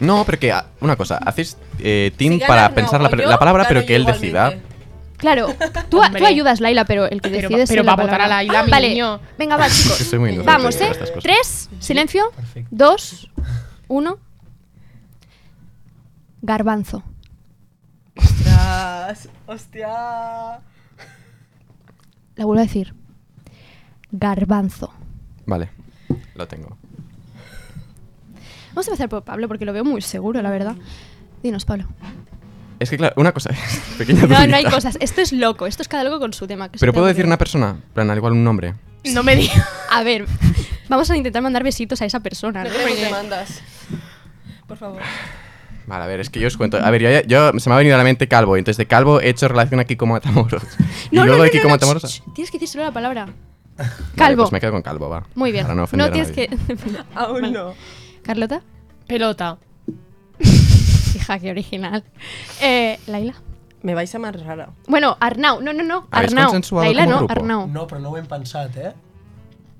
S1: No, pero que ah, una cosa, hacéis eh, team
S5: Si gana
S1: para
S5: Arnau
S1: pensar
S5: o
S6: pues
S1: la,
S5: yo,
S1: la palabra, pero
S5: gano
S1: que
S5: yo
S1: él decida.
S5: igualmente.
S6: Claro, tú, tú
S4: Hombre.
S6: ayudas, Laila, pero el que
S4: Pero-
S6: decide es
S4: pero
S6: él
S4: va
S6: la
S4: a votar
S6: palabra. Ah,
S4: a Laila, mi
S6: Vale,
S4: niño.
S6: venga, va, chicos.
S1: Que soy muy inocente
S6: Vamos,
S1: para
S6: ¿eh?
S1: estas cosas.
S6: Tres, silencio,
S9: Perfecto.
S6: dos, uno. Garbanzo.
S5: Ostras, hostia.
S6: La vuelvo a decir. Garbanzo.
S1: Vale, lo tengo.
S6: Vamos a empezar por Pablo porque lo veo muy seguro, la verdad. Dinos, Pablo.
S1: Es que, claro, una cosa es. Pequeña
S6: No, no hay
S1: dudita.
S6: cosas. Esto es loco. Esto es cada loco con su tema. que se
S1: Pero
S6: te
S1: puedo
S6: ocurre.
S1: decir una persona, en plan, al igual un nombre.
S4: No me digas.
S6: A ver, vamos a intentar mandar besitos a esa persona.
S5: No
S6: ¿no?
S5: queremos
S6: Porque-
S5: demandas. Por favor.
S1: Vale, a ver, es que yo os cuento. A ver, yo, yo- se me ha venido a la mente Calvo, entonces de Calvo he hecho relación a Kiko Matamoros. y
S6: No, no,
S1: luego
S6: no,
S1: de
S6: no,
S1: Kiko
S6: no,
S1: Matamoros.
S6: shh, shh, Tienes que decir solo la palabra.
S1: Vale,
S6: Calvo.
S1: pues me quedo con Calvo, va.
S6: Muy bien.
S1: Para no
S6: No,
S1: ofender a
S6: tienes
S1: nadie.
S6: que.
S5: Aún no.
S6: Carlota.
S4: Pelota.
S6: Hija, qué original. Eh, Laila.
S5: Me vais a más rara.
S6: Bueno, Arnau. No, no, no.
S1: Habéis
S6: Arnau.
S1: consensuado
S6: Laila
S1: como
S6: no,
S1: grupo.
S6: Arnau.
S9: No, però no ho hem pensat, eh?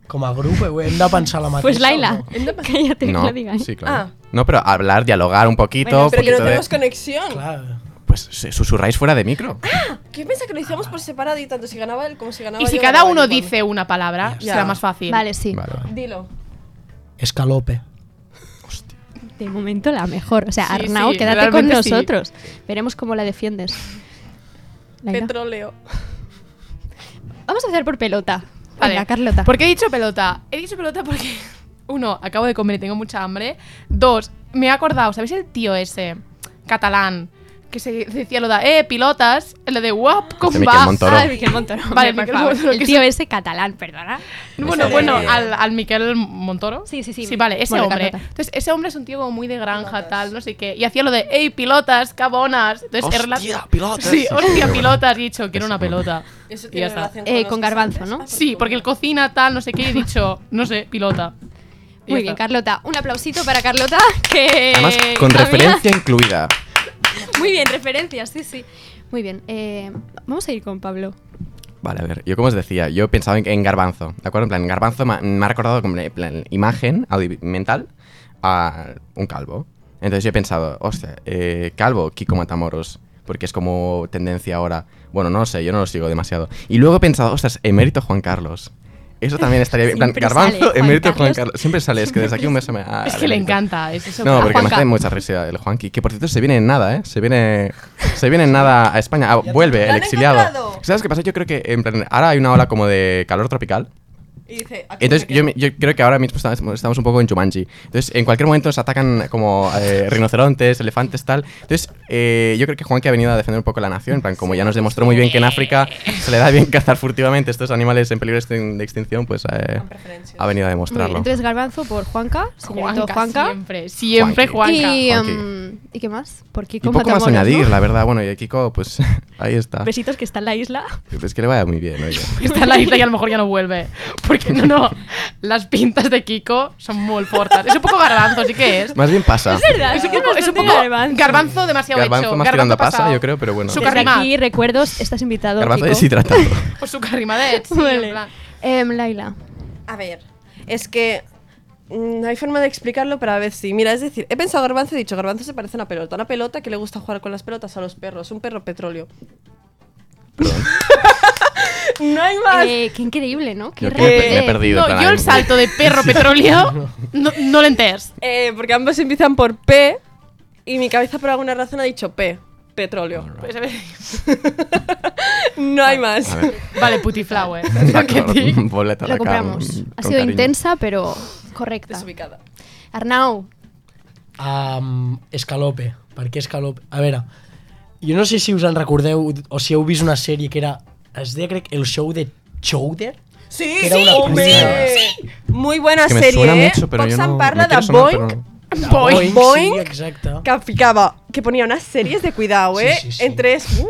S9: Com a grup ho hem de pensar la mateixa.
S6: Pues Laila.
S9: o no?
S6: Cállate, no,
S1: No,
S6: lo digas.
S1: sí, claro.
S5: Ah.
S1: No, pero hablar, dialogar un poquito.
S6: Bueno,
S1: un
S6: pero
S5: Pero
S1: poquito
S5: que
S1: ¿eh?
S5: no tenemos
S1: de...
S5: conexión.
S9: Clar.
S1: Pues se- susurráis fuera de micro.
S6: Ah,
S5: ¿Qué piensa que lo hicimos por separado y tanto si ganaba él como si ganaba
S4: Y
S5: yo?
S4: si cada
S5: ganaba
S4: uno
S5: igual?
S4: dice una palabra,
S5: Ya.
S4: será más fácil.
S6: Vale, sí.
S1: Vale, vale.
S5: Dilo.
S9: Escalope.
S6: De momento la mejor. O sea,
S4: Sí,
S6: Arnau,
S4: sí,
S6: quédate con
S4: realmente sí.
S6: nosotros. Veremos cómo la defiendes. Laila.
S5: Petróleo.
S6: Vamos a empezar por pelota.
S4: Vale.
S6: Venga, Carlota.
S4: ¿Por qué he dicho pelota? He dicho pelota porque, uno, acabo de comer y tengo mucha hambre. Dos, me he acordado, ¿sabéis el tío ese catalán que se decía lo de, eh, pilotas? El de guap, con
S1: Miquel
S4: va.
S1: Montoro.
S6: Ah, Miquel Montoro.
S4: Vale,
S6: hombre, por
S4: Miquel
S6: favor.
S4: Montoro,
S6: El
S4: que
S6: tío
S4: es-
S6: ese catalán, perdona.
S4: Bueno,
S1: Ese
S4: bueno,
S1: de- eh.
S4: al, al Miquel Montoro.
S6: Sí, sí, sí.
S4: Sí, vale, ese
S6: Bueno,
S4: hombre.
S6: Carlota.
S4: Entonces, ese hombre es un tío como muy de granja, tal, no sé qué. Y hacía lo de, hey, pilotas, cabonas. Entonces, es rela-
S1: pilotas.
S4: Sí, hostia, pilotas, he dicho, quiero
S1: Eso,
S4: una
S1: bueno.
S4: pelota.
S5: Eso
S4: Y
S5: tiene
S4: ya está.
S5: relación
S6: Eh,
S5: los
S6: con
S5: que son
S6: garbanzo,
S5: antes.
S6: ¿no?
S5: Ah,
S4: Sí, porque él cocina, tal, no sé qué, y he dicho, no sé, pilota. Y
S6: Muy
S4: ya
S6: bien,
S4: está.
S6: Carlota. Un aplausito para Carlota, que...
S1: Además, con
S6: Había-
S1: referencia incluida.
S6: Muy bien, referencias, sí, sí. Muy bien. eh, vamos a ir con Pablo.
S1: Vale, a ver, yo como os decía, yo pensaba en, en Garbanzo, ¿de acuerdo? En plan, Garbanzo ma- me ha recordado como en plan imagen audi- mental a un calvo. Entonces yo he pensado, hostia, eh, calvo, Kiko Matamoros, porque es como tendencia ahora. Bueno, no lo sé, yo no lo sigo demasiado. Y luego he pensado, ostras, emérito Juan Carlos. Eso también estaría bien. En plan,
S6: Siempre sale
S1: Garbanzo,
S6: Juan
S1: emérito Juan
S6: Carlos.
S1: Carlos. Siempre sale, es que desde aquí un beso me a-
S4: Es
S1: al
S4: que le
S1: emérito.
S4: encanta, es eso.
S1: No,
S4: Ah,
S1: porque me
S4: Juanca,
S1: hace mucha risa el Juanqui, que por cierto se viene en nada, ¿eh? Se viene, se viene en nada a España, Ah, vuelve
S5: ¡Lo
S1: el
S5: han
S1: exiliado.
S5: encontrado!
S1: ¿Sabes qué pasa? Yo creo que en plan, ahora hay una ola como de calor tropical.
S5: Y dice, aquí
S1: Entonces
S5: me
S1: yo,
S5: quedo.
S1: me- yo creo que ahora mismo estamos, estamos un poco en Jumanji. Entonces en cualquier momento nos atacan como eh, rinocerontes, elefantes, tal. Entonces eh, yo creo que Juanqui ha venido a defender un poco la nación, en plan, como ya nos demostró muy bien que en África se le da bien cazar furtivamente estos animales en peligro de extin- de extinción, pues eh,
S5: preferencias.
S1: ha venido a
S6: Muy bien,
S1: demostrarlo.
S6: entonces Garbanzo por Juanca, señorito
S4: Juanca,
S6: Juanca.
S4: Siempre, siempre
S1: Juanqui.
S4: Juanca.
S6: Y,
S1: Juanqui.
S6: em, ¿y qué más? Por
S1: Y
S6: Kiko
S1: poco más
S6: Matamoros,
S1: añadir,
S6: ¿no?
S1: la verdad. Bueno, y Kiko, pues ahí está.
S6: Besitos que está en la isla.
S1: Pues que le vaya muy bien, oye.
S4: Está en la isla y a lo mejor ya no vuelve. Porque no, no. Las pintas de Kiko son muy fortes. Es un poco garbanzo, sí que es.
S1: Más bien pasa.
S6: verdad,
S4: Es un poco, es un poco garbanzo. demasiado
S1: Garbanzo
S4: hecho.
S1: más tirando a pasa,
S4: pasado.
S1: yo creo, pero bueno.
S4: Su
S6: Desde
S4: carrimà.
S6: aquí, recuerdos, estás invitado,
S1: Garbanzo
S6: Kiko.
S1: deshidratado.
S4: O su carrimà de sí, en
S6: Vale.
S4: plan.
S6: Em, Laila.
S5: A ver, es que mm, no hay forma de explicarlo, pero a ver sí. Mira, es decir, he pensado garbanzo y he dicho, garbanzo se parece a una pelota. Una pelota que le gusta jugar con las pelotas a los perros. Un perro petróleo. no hay más.
S6: Eh, qué increíble, ¿no? Qué
S1: Yo que me he
S6: rarete.
S1: pe- me he perdido.
S4: No,
S1: en plan,
S4: yo el
S1: ahí.
S4: salto de perro petróleo no, no lo enters.
S5: Eh, porque ambos empiezan por P y mi cabeza por alguna razón ha dicho P. Petróleo.
S4: Pues a ver.
S5: No hay más.
S1: A ver.
S4: Vale, putiflower.
S1: Boleta a
S6: La
S1: la cara,
S6: compramos.
S1: mm,
S6: Ha
S1: con
S6: sido
S1: cariño.
S6: intensa, pero correcta.
S5: Desubicada.
S6: Arnau,
S9: Um, escalope. Per què escalope? A veure, jo no sé si us en recordeu o si heu vist una sèrie que era... Es deia, crec, El show de Chowder?
S5: Sí,
S9: Que era una prima.
S5: Muy buena
S1: Es que me
S5: serie,
S1: suena
S5: eh?
S1: mucho, pero
S5: Vox
S1: yo
S5: en
S1: no...
S5: parla
S1: me quiere
S5: de
S1: sonar,
S5: Boink,
S1: pero no.
S9: Boing,
S5: Boing.
S9: Sí, exacte.
S5: que aplicaba, que ponía unas series de cuidado,
S9: Sí,
S5: ¿eh?
S9: sí, sí.
S5: Entre es... Uh,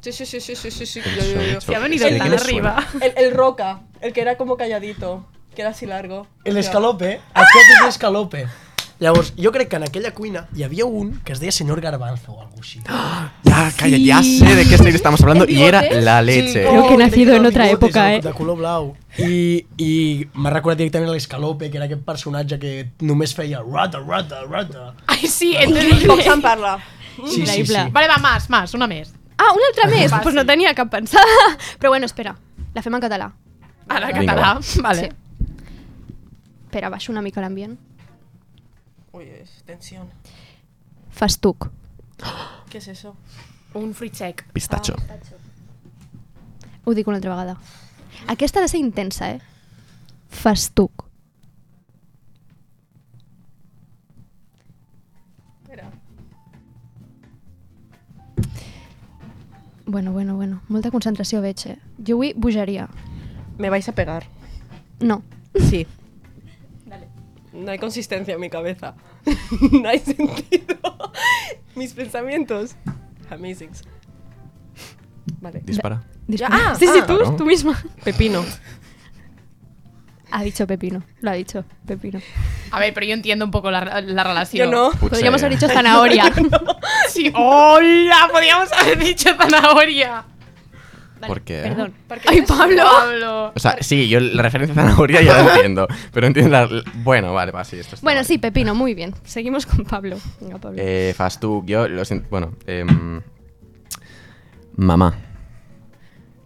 S5: sí, sí, sí, sí, sí, sí, sí, yo, yo, yo.
S1: Se
S4: ha venido
S1: Sí,
S4: tan
S1: que me suena.
S4: arriba.
S5: El, el roca, el que era como calladito, que era así largo.
S9: El
S5: O sea,
S9: escalope,
S5: Ah!
S9: aquest és l'escalope. Llavors, jo crec que en aquella cuina hi havia un que es deia senyor Garbanzo o alguna així.
S1: Ya, calla, ya sé de qué serie estamos hablando y era la leche.
S5: Creo que he nacido
S9: tenía
S5: en otra
S9: Oh, bigotes
S6: época,
S9: de-
S6: eh.
S9: De color blau. I, i m'ha recordat directament a l'escalope, que era aquest personatge que només feia rata, rata, rata.
S4: Ay, sí,
S5: Vox en
S4: entonces.
S5: parla.
S9: Sí, sí, sí.
S6: Increïble.
S4: Vale, va, más, más, una más.
S6: Ah, una altra més? Doncs pues no tenia cap pensada. Però bueno, espera. La fem en català.
S4: A la
S1: Vinga,
S4: catalá. Vale.
S6: Espera, baixo una mica l'ambient.
S5: Uy, es tensión.
S6: Festuc.
S5: ¿Qué es eso?
S4: Un free check.
S1: Pistacho.
S6: Ho dic una altra vegada. Aquesta ha de ser intensa, eh? Festuc.
S5: Espera.
S6: Bueno, bueno, bueno. Molta concentració veig, eh? Jo avui bogeria.
S5: Me vais a pegar.
S6: No.
S5: Sí. No hay consistencia en mi cabeza. no hay sentido. Mis pensamientos. Amazing. Vale.
S1: Dispara.
S6: Dispara.
S5: ah,
S6: sí, sí,
S5: ah.
S6: tú,
S1: Claro.
S6: tú misma.
S5: Pepino.
S6: Ha dicho Pepino. Lo ha dicho Pepino.
S4: A ver, pero yo entiendo un poco la, la
S5: Yo
S4: relación.
S5: no.
S1: Potser.
S6: Podríamos haber dicho zanahoria.
S4: Sí. ¡Hola! Podríamos haber dicho zanahoria.
S1: ¿Por qué?
S6: Perdón.
S4: ¡Ay, Pablo!
S1: O sea, sí, yo la referencia de zanahoria ya la entiendo. Pero entiendo la... la- Bueno, vale, va, sí, esto está
S6: Bueno,
S1: mal.
S6: sí, Pepino, muy bien. Seguimos con Pablo. Venga, Pablo.
S1: Eh, Fastuk, yo lo siento... Bueno, em, Mamá.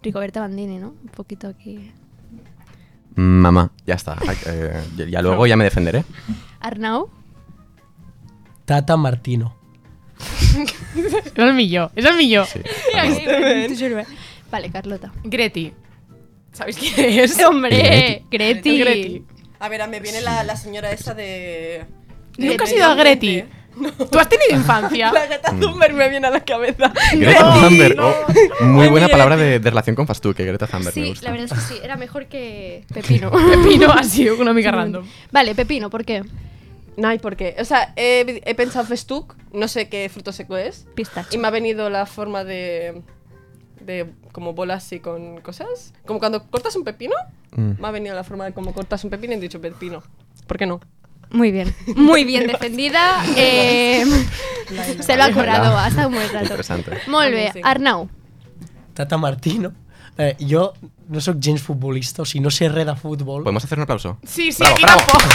S6: Ricoberta Bandini, ¿no? Un poquito aquí.
S1: Mamá. Ya está. Ay, eh, ya- ya luego ya me defenderé.
S6: Arnau.
S9: Tata Martino.
S4: Eso es mi yo. Eso es mi yo.
S1: Sí.
S6: Tú sirve. Vale, Carlota.
S4: Greti. ¿Sabéis quién es?
S6: ¡Hombre! Greti.
S4: Greti.
S5: A ver, me viene la, la señora esa de.
S4: Nunca has
S5: de-
S4: ido a
S5: de-
S4: Greti. ¿Tú has tenido infancia?
S5: La gata
S1: Mm.
S5: Thunberg me viene a la cabeza.
S1: Greta
S4: No,
S1: Thunberg.
S4: no.
S1: oh, muy buena
S5: Greti.
S1: palabra de, de relación con Fastuk, que Greta Thunberg me
S6: eh, Sí,
S1: gusta.
S6: la verdad es que sí. Era mejor que Pepino.
S4: Pepino ha sido una amiga random.
S6: Vale, Pepino, ¿por qué?
S5: No, ¿y por qué? O sea, he, he pensado festuc, no sé qué fruto seco es. Y
S6: Pistache.
S5: me ha venido la forma de. de como bolas así con cosas. Como cuando cortas un pepino.
S1: Mm.
S5: Me ha venido la forma de como cortas un pepino y he dicho pepino. ¿Por qué no?
S6: Muy bien. Muy bien defendida. Eh, se lo ha currado. Ha estado muy rato.
S1: Interesante.
S6: Molt bé.
S5: Amazing.
S6: Arnau.
S9: Tata Martino. Eh, jo no sóc gens futbolista, o sigui, no sé res de futbol.
S1: ¿Podemos hacer un aplauso?
S4: Sí, sí,
S1: Bravo,
S4: aquí
S1: bravo.
S4: tampoco.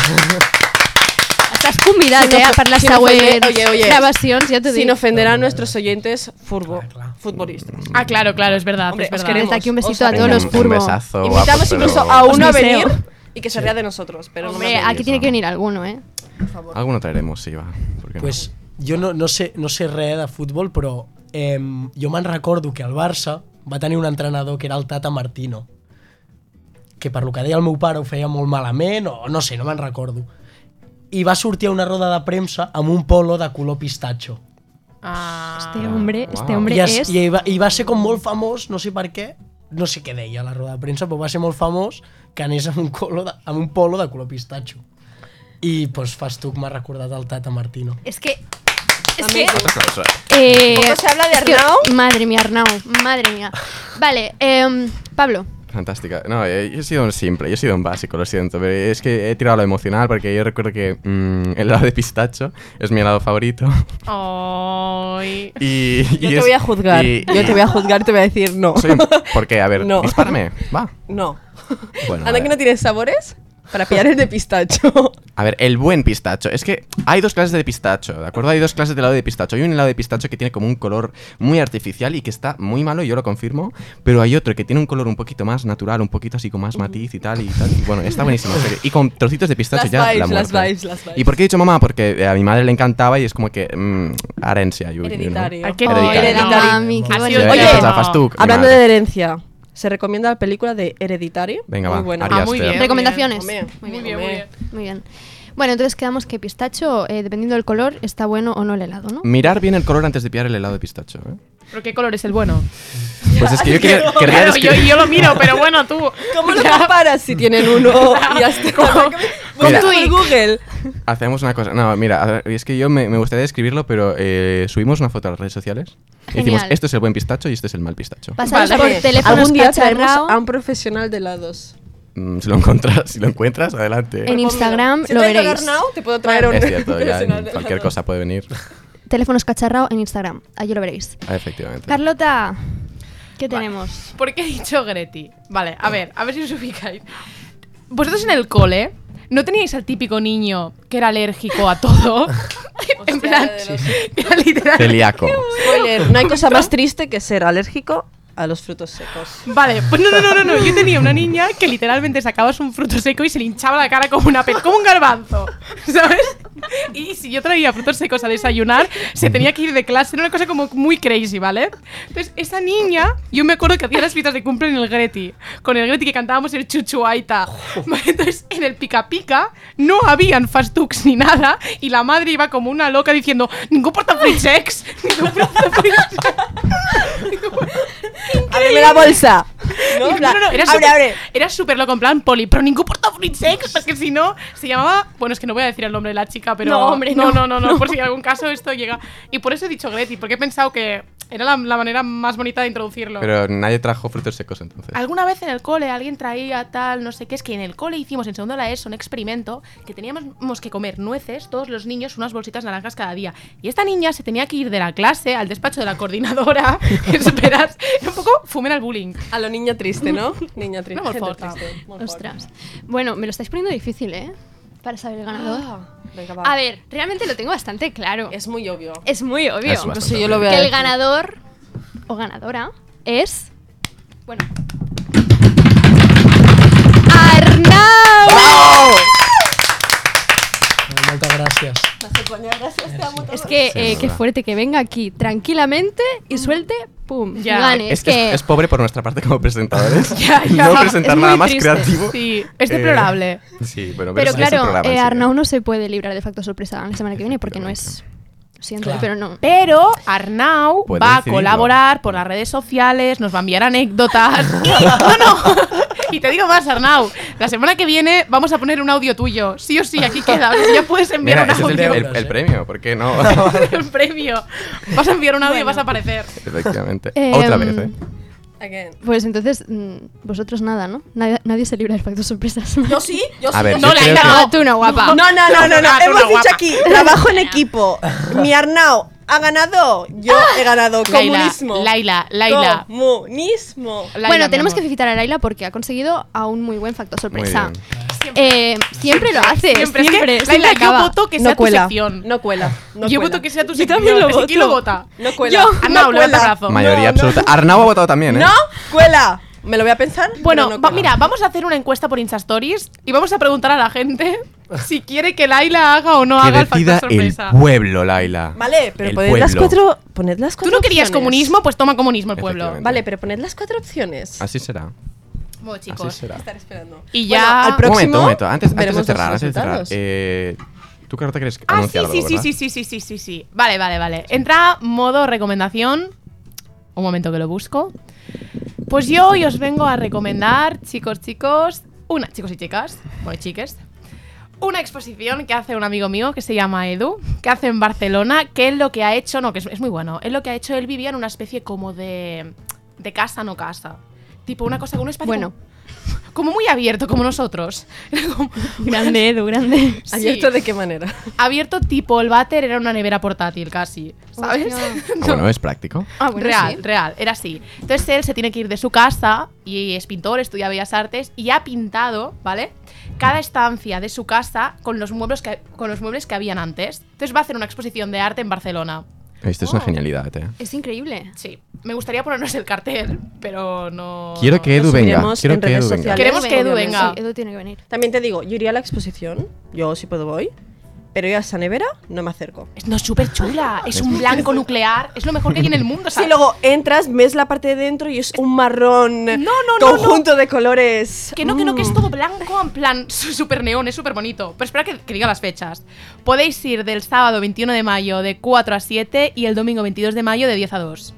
S6: Estàs convidat,
S5: Sin
S6: eh, a
S5: ofe-
S6: per les
S5: sin ofender-
S6: següents
S5: oye, oye.
S6: gravacions, ja t'ho dic.
S5: Sin ofender a nuestros oyentes furbo,
S9: Claro, claro.
S5: futbolistas.
S1: Mm,
S4: Ah, claro, claro, es verdad.
S5: Hombre,
S4: es
S5: os
S4: verdad.
S5: queremos.
S6: Desde aquí un besito
S5: Os
S6: a todos los
S1: Un- Un
S6: furbo.
S1: besazo.
S5: Invitamos
S1: guapos, pero-
S5: incluso a uno a
S6: Os
S5: venir
S6: deseo.
S5: y que se ría de nosotros, pero no
S6: Hombre,
S5: me
S6: aquí tiene que venir alguno, ¿eh?
S1: Alguno traeremos, sí, va. ¿por qué no?
S9: Pues jo no, no, sé, no sé res de futbol, però eh, jo me'n recordo que el Barça va tenir un entrenador que era el Tata Martino, que per lo que deia el meu pare ho feia molt malament, o no sé, no me'n recordo. I va sortir a una roda de premsa amb un polo de color pistatxo.
S4: Ah.
S6: Este hombre,
S1: Wow.
S6: este hombre
S9: I, es,
S6: es...
S9: i, va, I va ser com molt famós, no sé per què, no sé què deia a la roda de premsa, però va ser molt famós que anés amb un, colo de, amb un polo de color pistatxo. I, doncs, fas tu que m'ha recordat el Tata Martino.
S6: Es que... Es que...
S5: Amigo.
S1: Un aplauso.
S6: eh,
S5: Poco se habla de
S6: es que-
S5: Arnau.
S6: madre mía, Arnau. Madre mía. Vale, em, Pablo.
S1: Fantástica. No, eh, yo he sido un simple, yo he sido un básico, lo siento, pero es que he tirado a lo emocional porque yo recuerdo que mm, el helado de pistacho es mi helado favorito.
S4: Ay.
S1: Y,
S5: Yo
S1: y
S5: te
S1: es-
S5: voy a juzgar.
S1: y-
S5: Yo te voy a juzgar, te voy a decir no.
S1: Soy un- ¿Por qué? A ver,
S5: No.
S1: dispárame, va.
S5: No.
S1: Bueno,
S5: Anda
S1: a
S5: que
S1: ver.
S5: no tienes sabores para pillar el de pistacho.
S1: A ver, el buen pistacho. Es que hay dos clases de pistacho, ¿de acuerdo? Hay dos clases de helado de pistacho. Hay un helado de pistacho que tiene como un color muy artificial y que está muy malo, y yo lo confirmo. Pero hay otro que tiene un color un poquito más natural, un poquito así con más matiz y tal y tal. Y bueno, está buenísimo. en serio. Y con trocitos de pistacho
S5: Las
S1: ya
S5: vibes,
S1: la
S5: las
S1: muerte.
S5: vibes, las vibes.
S1: ¿Y por qué he dicho mamá? Porque eh, a mi madre le encantaba y es como que... mm, herencia. you- you know.
S5: Hereditario.
S4: Ay, qué
S1: Hereditario.
S4: tierno.
S5: Hereditario.
S6: Mami, qué
S4: Ha
S6: bonito.
S4: sido
S1: Ya, ya
S5: Oye,
S1: pensabas tú, mi
S5: Hablando
S1: madre.
S5: de herencia, se recomienda la película de Hereditario.
S1: Venga,
S5: Muy
S1: va,
S5: buena.
S1: Ari
S4: Ah, muy
S1: Aster.
S4: bien.
S6: Recomendaciones.
S5: Hombre,
S4: Muy bien,
S5: hombre.
S4: muy bien.
S6: Muy bien. Bueno, entonces quedamos que pistacho, eh, dependiendo del color, está bueno o no el helado, ¿no?
S1: Mirar bien el color antes de pillar el helado de pistacho. ¿eh?
S4: ¿Pero qué color es el bueno?
S1: Pues es que yo quería, querría
S4: Claro, yo,
S1: describir-
S4: yo lo miro, pero bueno, tú.
S5: ¿Cómo lo comparas si tienen uno y hasta como
S1: Mira.
S5: Google?
S1: Hacemos una cosa. No, mira, a ver, es que yo me, me gustaría describirlo, pero eh, subimos una foto a las redes sociales. y
S6: Genial.
S1: Decimos, este es el buen pistacho y este es el mal pistacho.
S6: Pasaros
S4: Vale.
S6: por teléfonos
S5: Algún día traemos
S6: cacharrao,
S5: a un profesional de helados.
S1: Mm, si, lo encontras, si lo encuentras, adelante.
S6: en Instagram
S5: Si
S6: lo
S5: te doy
S6: veréis.
S5: Now, te puedo traer a un
S1: Es cierto, ya en
S5: profesional de
S1: cualquier
S5: helados.
S1: cosa puede venir.
S6: Teléfonos cacharrao en Instagram. Allí lo veréis.
S1: Ah, efectivamente.
S6: Carlota, ¿qué tenemos?
S4: ¿Por qué he dicho Greti? Vale, a ver, a ver si os ubicáis. Vosotros en el cole, ¿no teníais al típico niño que era alérgico a todo? en plan,
S5: de los-
S4: era literal.
S1: Celíaco.
S5: Spoiler, no hay cosa más triste que ser alérgico a los frutos secos.
S4: Vale, pues no, no, no, no, no. Yo tenía una niña que literalmente sacabas un fruto seco y se le hinchaba la cara como una pe como un garbanzo, ¿sabes? Y si yo traía frutos secos a desayunar, se tenía que ir de clase, era una cosa como muy crazy, ¿vale? Entonces, esa niña, yo me acuerdo que hacía las fiestas de cumple en el Greti, con el Greti que cantábamos el chuchuaita. Vale, Entonces, en el pica pica no habían fastucs ni nada y la madre iba como una loca diciendo, ningún portafrichex, ningún portafrichex.
S5: ¡Ábreme la bolsa!
S4: No,
S5: En plan,
S4: no, no, era
S5: abre,
S4: súper-
S5: abre.
S4: Era súper loco, en plan poli, pero ningún portafritex, sex, porque si no, se llamaba. Bueno, es que no voy a decir el nombre de la chica, pero.
S6: No, hombre,
S4: no.
S6: no.
S4: No, no, no, por si en algún caso esto llega. Y por eso he dicho Greti, porque he pensado que era la, la manera más bonita de introducirlo.
S1: Pero nadie trajo frutos secos entonces.
S4: Alguna vez en el cole alguien traía tal, no sé qué, es que en el cole hicimos en segundo de la ESO un experimento que teníamos que comer nueces, todos los niños, unas bolsitas naranjas cada día. Y esta niña se tenía que ir de la clase al despacho de la coordinadora, esperar, un poco fumen al bullying.
S5: A lo niña triste, ¿no? Niña triste.
S4: No, por
S5: gente
S4: favor,
S5: triste. Por favor.
S6: Ostras. Bueno, me lo estáis poniendo difícil, ¿eh? Para saber el ganador.
S5: Ah, venga, va.
S6: A ver, realmente lo tengo bastante claro. Es,
S5: Es muy obvio.
S6: muy obvio.
S1: Es bastante
S5: Sí, yo lo
S1: bien.
S5: veo.
S6: que el ganador o ganadora es. Bueno. ¡Arnau!
S9: Moltes gràcies.
S6: Es que,
S1: Sí,
S6: eh,
S1: es
S6: qué
S1: verdad.
S6: fuerte que venga aquí tranquilamente y suelte, ¡pum!
S4: Ya.
S6: Y gane.
S1: Es que es- es pobre por nuestra parte como presentadores. No presentar
S6: Es muy
S1: nada más
S6: triste,
S1: creativo.
S4: Sí, es
S1: Eh,
S4: deplorable.
S1: Sí, bueno, pero,
S6: Pero
S1: sí es el
S6: claro,
S1: programa,
S6: eh,
S1: sí.
S6: Arnau no se puede librar de facto sorpresa la semana que viene porque no es. Lo siento,
S9: Claro.
S6: pero no.
S4: Pero Arnau
S1: Puede
S4: va a
S1: decidirlo.
S4: colaborar por las redes sociales, nos va a enviar anécdotas. Y- no, no. Y te digo más, Arnau. La semana que viene vamos a poner un audio tuyo. Sí o sí, aquí queda. O sea, ya puedes enviar
S1: Mira,
S4: un
S1: ese es el,
S4: audio.
S1: el- el premio, ¿por qué no?
S4: El, premio. Vas a enviar un audio y vas a aparecer.
S1: Efectivamente.
S6: Eh,
S1: Otra vez, ¿eh?
S5: Again.
S6: Pues entonces, mm, vosotros nada, ¿no? Nadie, nadie se libra de facto sorpresa.
S5: Yo sí, yo
S1: A
S5: sí.
S1: ver,
S4: No,
S1: yo
S4: la
S1: creo
S4: Laila,
S1: que-
S4: no.
S6: Ah, tú no, guapa.
S5: No, no, no, no, no.
S4: Ah, tú
S5: Hemos
S4: una
S5: dicho
S4: guapa.
S5: aquí, trabajo en equipo. Mi Arnau ha ganado, yo he ganado.
S4: Laila,
S5: Comunismo.
S4: Ah, Laila, Laila.
S5: Comunismo.
S4: Laila,
S6: bueno,
S4: mi
S6: tenemos que
S4: amor.
S6: felicitar a Laila porque ha conseguido a un muy buen factor
S1: Muy
S6: sorpresa.
S1: bien.
S6: Eh, siempre lo hace,
S4: Siempre,
S6: siempre,
S4: es que, Laila,
S6: siempre
S4: yo
S6: acaba.
S4: voto que sea
S5: No
S4: tu
S5: cuela.
S4: sección.
S5: No cuela. No
S4: yo
S5: cuela.
S4: voto que sea tu
S5: Yo
S4: sección.
S5: también lo
S4: Es que ¿Quién lo
S5: voto.
S4: vota?
S5: No cuela. Ah,
S4: Yo. Ah,
S5: No
S4: Arnau, levanta el
S5: cuela.
S4: brazo.
S1: Mayoría
S5: No, no.
S1: absoluta. Arnau ha votado también, ¿eh?
S5: No, cuela. Me lo voy a pensar.
S4: Bueno,
S5: pero no
S4: va-
S5: cuela.
S4: mira, vamos a hacer una encuesta por Insta Stories y vamos a preguntar a la gente si quiere que Laila haga o no
S1: Que
S4: haga el
S1: decida
S4: factor
S1: el
S4: sorpresa.
S1: pueblo, Laila.
S5: Vale, pero
S1: El
S5: poned las
S1: pueblo.
S5: cuatro. Poned las
S4: Tú
S5: cuatro
S4: no querías
S5: opciones.
S4: comunismo, pues toma comunismo el pueblo.
S1: Efectivamente.
S5: Vale, pero poned las cuatro opciones.
S1: Así será.
S4: Bueno,
S1: Así
S4: chicos.
S1: será.
S5: Estar esperando.
S4: Y ya.
S5: Bueno, al
S1: Un
S5: próximo.
S1: momento, un momento. Antes, antes de
S5: veremos los
S1: cerrar, antes de cerrar.
S5: resultados.
S1: Eh, ¿Tú, Carlota, quieres
S4: Ah, sí,
S1: anunciar
S4: sí,
S1: algo,
S4: sí,
S1: verdad?
S4: sí, sí, sí, sí, sí, sí. Vale, vale, vale. Entra modo recomendación. Un momento que lo busco. Pues yo hoy os vengo a recomendar, chicos, chicos, una, chicos y chicas, bueno, chiques, una exposición que hace un amigo mío que se llama Edu, que hace en Barcelona, que él lo que ha hecho, no, que es, es muy bueno, él lo que ha hecho, él vivía en una especie como de, de casa no casa. Tipo una cosa con un espacio
S6: Bueno.
S4: como, como muy abierto, como nosotros. Era como-
S6: Grande, Edu, grande.
S4: Sí.
S5: ¿Abierto de qué manera?
S4: Abierto tipo el váter era una nevera portátil casi, ¿sabes?
S6: Hostia.
S4: No.
S1: Ah, bueno, es práctico.
S6: Ah, bueno,
S4: real,
S6: sí.
S4: real, era así. Entonces él se tiene que ir de su casa y es pintor, estudia bellas artes y ha pintado, ¿vale? Cada estancia de su casa con los muebles que, con los muebles que habían antes. Entonces va a hacer una exposición de arte en Barcelona.
S1: Esto es una
S6: Oh.
S1: genialidad, eh.
S6: Es increíble.
S4: Sí, me gustaría ponernos el cartel, pero no.
S1: Quiero que Edu
S5: Lo
S1: venga.
S5: subiremos
S1: Quiero
S5: en
S1: que
S5: redes
S1: Edu venga.
S5: sociales.
S4: Queremos que Edu
S5: Obviamente.
S4: venga.
S6: Sí, Edu tiene que venir.
S5: También te digo, yo iría a la exposición, yo si puedo voy, pero yo a esa nevera no me acerco.
S4: Es- No, es súper chula. Es un blanco nuclear. Es lo mejor que hay en el mundo. o sea,
S5: Si luego entras, ves la parte de dentro y es un marrón
S4: No, no, no,
S5: conjunto de colores.
S4: Que no, que no, que es
S5: Mm.
S4: todo blanco, en plan su- súper neón, es súper bonito. Pero espera que, que diga las fechas. Podéis ir del sábado 21 de mayo de 4 a 7 y el domingo 22 de mayo de 10 a 2.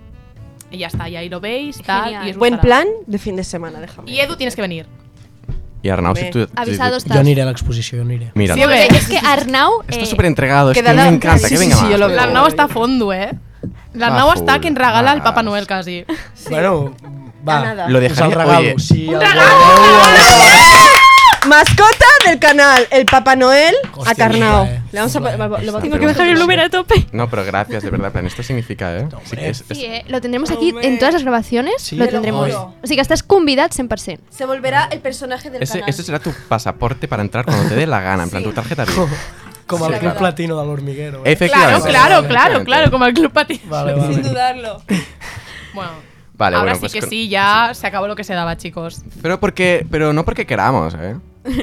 S4: Y ya está, y ahí lo veis, tal,
S6: Genial.
S4: y os
S5: Mm. Buen
S4: gustará.
S5: plan de fin de semana, déjame.
S4: Y Edu tienes que venir.
S1: Y Arnau, si tú.
S6: Avisados
S1: si tú-
S9: Jo aniré a l'exposició, jo aniré.
S1: Mira,
S4: Sí, hombre.
S6: Porque es que Arnau.
S1: está
S6: eh,
S1: súper entregado. Es que
S5: quedará-
S1: me encanta.
S5: sí,
S1: Que
S5: sí,
S1: venga
S5: sí,
S1: más.
S5: yo lo veo.
S4: La nau está a fondo, ¿eh? La
S1: Va
S4: nau está
S1: full,
S4: que en regala el
S1: vas.
S4: Papá Noel casi.
S9: Sí. Bueno, va.
S5: A nada.
S1: Lo
S9: Us el
S1: dejaría.
S9: regalo.
S1: Oye,
S9: Pues Sí, el
S5: Mascota del canal, el Papá Noel
S9: Hostia,
S5: acarnado.
S9: mira, eh.
S5: Le vamos a poner- lo- lo-
S1: Tengo
S6: Tengo que dejar el número a tope.
S1: No, pero gracias, de verdad. en plan, esto significa, eh. Sí,
S9: Hombre.
S1: es- es-
S6: Sí, eh, lo tendremos aquí en todas las grabaciones.
S9: Sí,
S6: lo
S9: te lo
S6: tendremos.
S9: juro.
S6: Así que estás convidado 100%.
S5: Se volverá el personaje del
S1: ese,
S5: canal.
S1: ese será tu pasaporte para entrar cuando te dé la gana. En plan, tu tarjeta VIP.
S9: Com el
S1: Sí,
S9: club
S1: clar.
S9: platino de l'hormiguero. Eh?
S4: Claro,
S1: Efectivamente.
S4: claro, claro, claro, como el Club Pati.
S9: Vale, vale.
S5: dudarlo.
S4: Bueno,
S1: Vale,
S4: ahora
S1: bueno,
S4: sí
S1: pues
S4: que
S1: con-
S4: sí, ya se acabó lo que se daba, chicos.
S1: Pero porque, pero no porque queramos, ¿eh?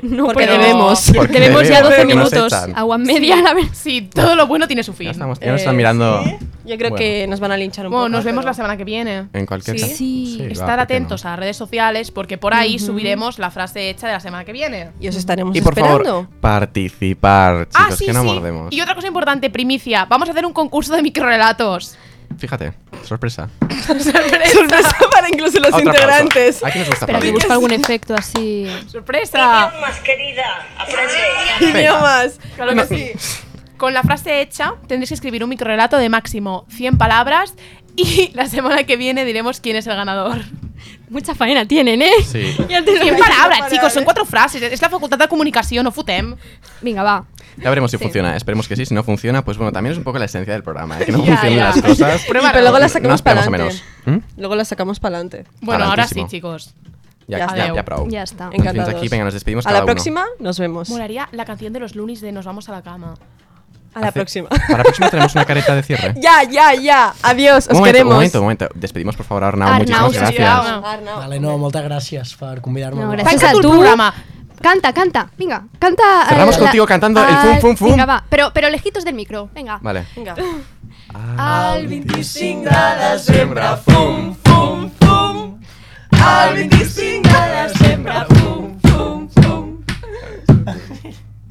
S6: No,
S4: Porque
S6: pero-
S4: debemos.
S1: Porque
S6: Debemos ya
S1: debemos,
S6: 12
S1: porque nos
S6: minutos.
S1: echan.
S6: Agua media, la verdad.
S4: Sí, todo lo Ah, bueno Eh, tiene su fin.
S1: Ya, estamos, ya nos están mirando.
S5: Yo creo
S1: Bueno.
S5: que nos van a linchar un
S4: Bueno,
S5: poco.
S4: nos vemos
S5: pero-
S4: la semana que viene.
S1: En cualquier
S5: Sí.
S1: caso.
S6: Sí,
S1: va, ¿por
S4: Estar
S1: qué
S4: atentos
S1: no?
S4: a redes sociales porque por ahí subiremos la frase hecha de la semana que viene.
S5: Y os estaremos
S1: Y por
S5: esperando.
S1: favor, participar, chicos,
S4: ah, sí,
S1: que no
S4: sí.
S1: mordemos.
S4: Y otra cosa importante, primicia, vamos a hacer un concurso de microrelatos.
S1: Fíjate, sorpresa.
S5: Sorpresa para incluso los
S1: Otro aplauso.
S5: integrantes.
S1: Aquí nos gusta
S6: Espera, que
S1: aplaudir.
S6: busco algún efecto así.
S4: Sorpresa.
S2: Más querida, aprende.
S1: Venga.
S5: Idiomas.
S4: Claro que sí. Con la frase hecha tendréis que escribir un microrelato de máximo 100 palabras y la semana que viene diremos quién es el ganador.
S6: Mucha faena tienen, ¿eh?
S1: Sí.
S6: Ya te lo
S4: 100
S6: digo.
S4: palabras, chicos, son cuatro frases. Es la Facultad de Comunicación, no FUTEM.
S6: Venga, va.
S1: Ya veremos si funciona. Esperemos que sí. Si no funciona, pues bueno, también es un poco la esencia del programa. ¿eh? Que no funcionen las cosas.
S4: Prueba,
S5: pero luego
S1: no-
S5: las sacamos
S1: no esperamos a
S5: para
S1: menos.
S5: adelante.
S1: ¿Mm?
S5: Luego la sacamos para adelante.
S4: Bueno, ahora sí,
S1: Adelantísimo.
S4: chicos.
S1: Ya,
S5: Ya
S1: ya,
S5: está.
S1: ya, prou.
S6: Ya está.
S1: Doncs Fins
S5: Encantados.
S1: aquí, venga, nos despedimos
S5: A
S1: cada
S5: la
S1: uno.
S5: próxima nos vemos.
S4: Molaría la canción de los lunis de Nos vamos a la cama.
S5: A la
S1: Hace-
S5: próxima.
S1: Para la próxima tenemos una careta de cierre.
S5: Ya, ya, ya. Adiós, os
S1: un momento,
S5: queremos.
S1: un momento, un momento. Despedimos, por favor, a Arnau.
S6: Arnau,
S1: Muchísimas
S6: sí,
S1: gracias.
S4: Arnau.
S9: Vale, no, moltes gràcies per convidar-me.
S6: No,
S9: Va.
S6: gracias
S4: Tanca
S6: a
S4: tu el
S6: tú.
S4: programa.
S6: Canta, canta. Venga, canta.
S1: Cerramos
S6: eh,
S1: contigo cantando el fum,
S6: al-
S1: fum, fum.
S6: Venga, va. Pero, pero lejitos del micro. Venga.
S1: Vale.
S5: Vinga.
S6: Al
S9: 25
S1: de desembre, fum,
S9: fum, fum. El 25 de desembre, fum, fum, fum.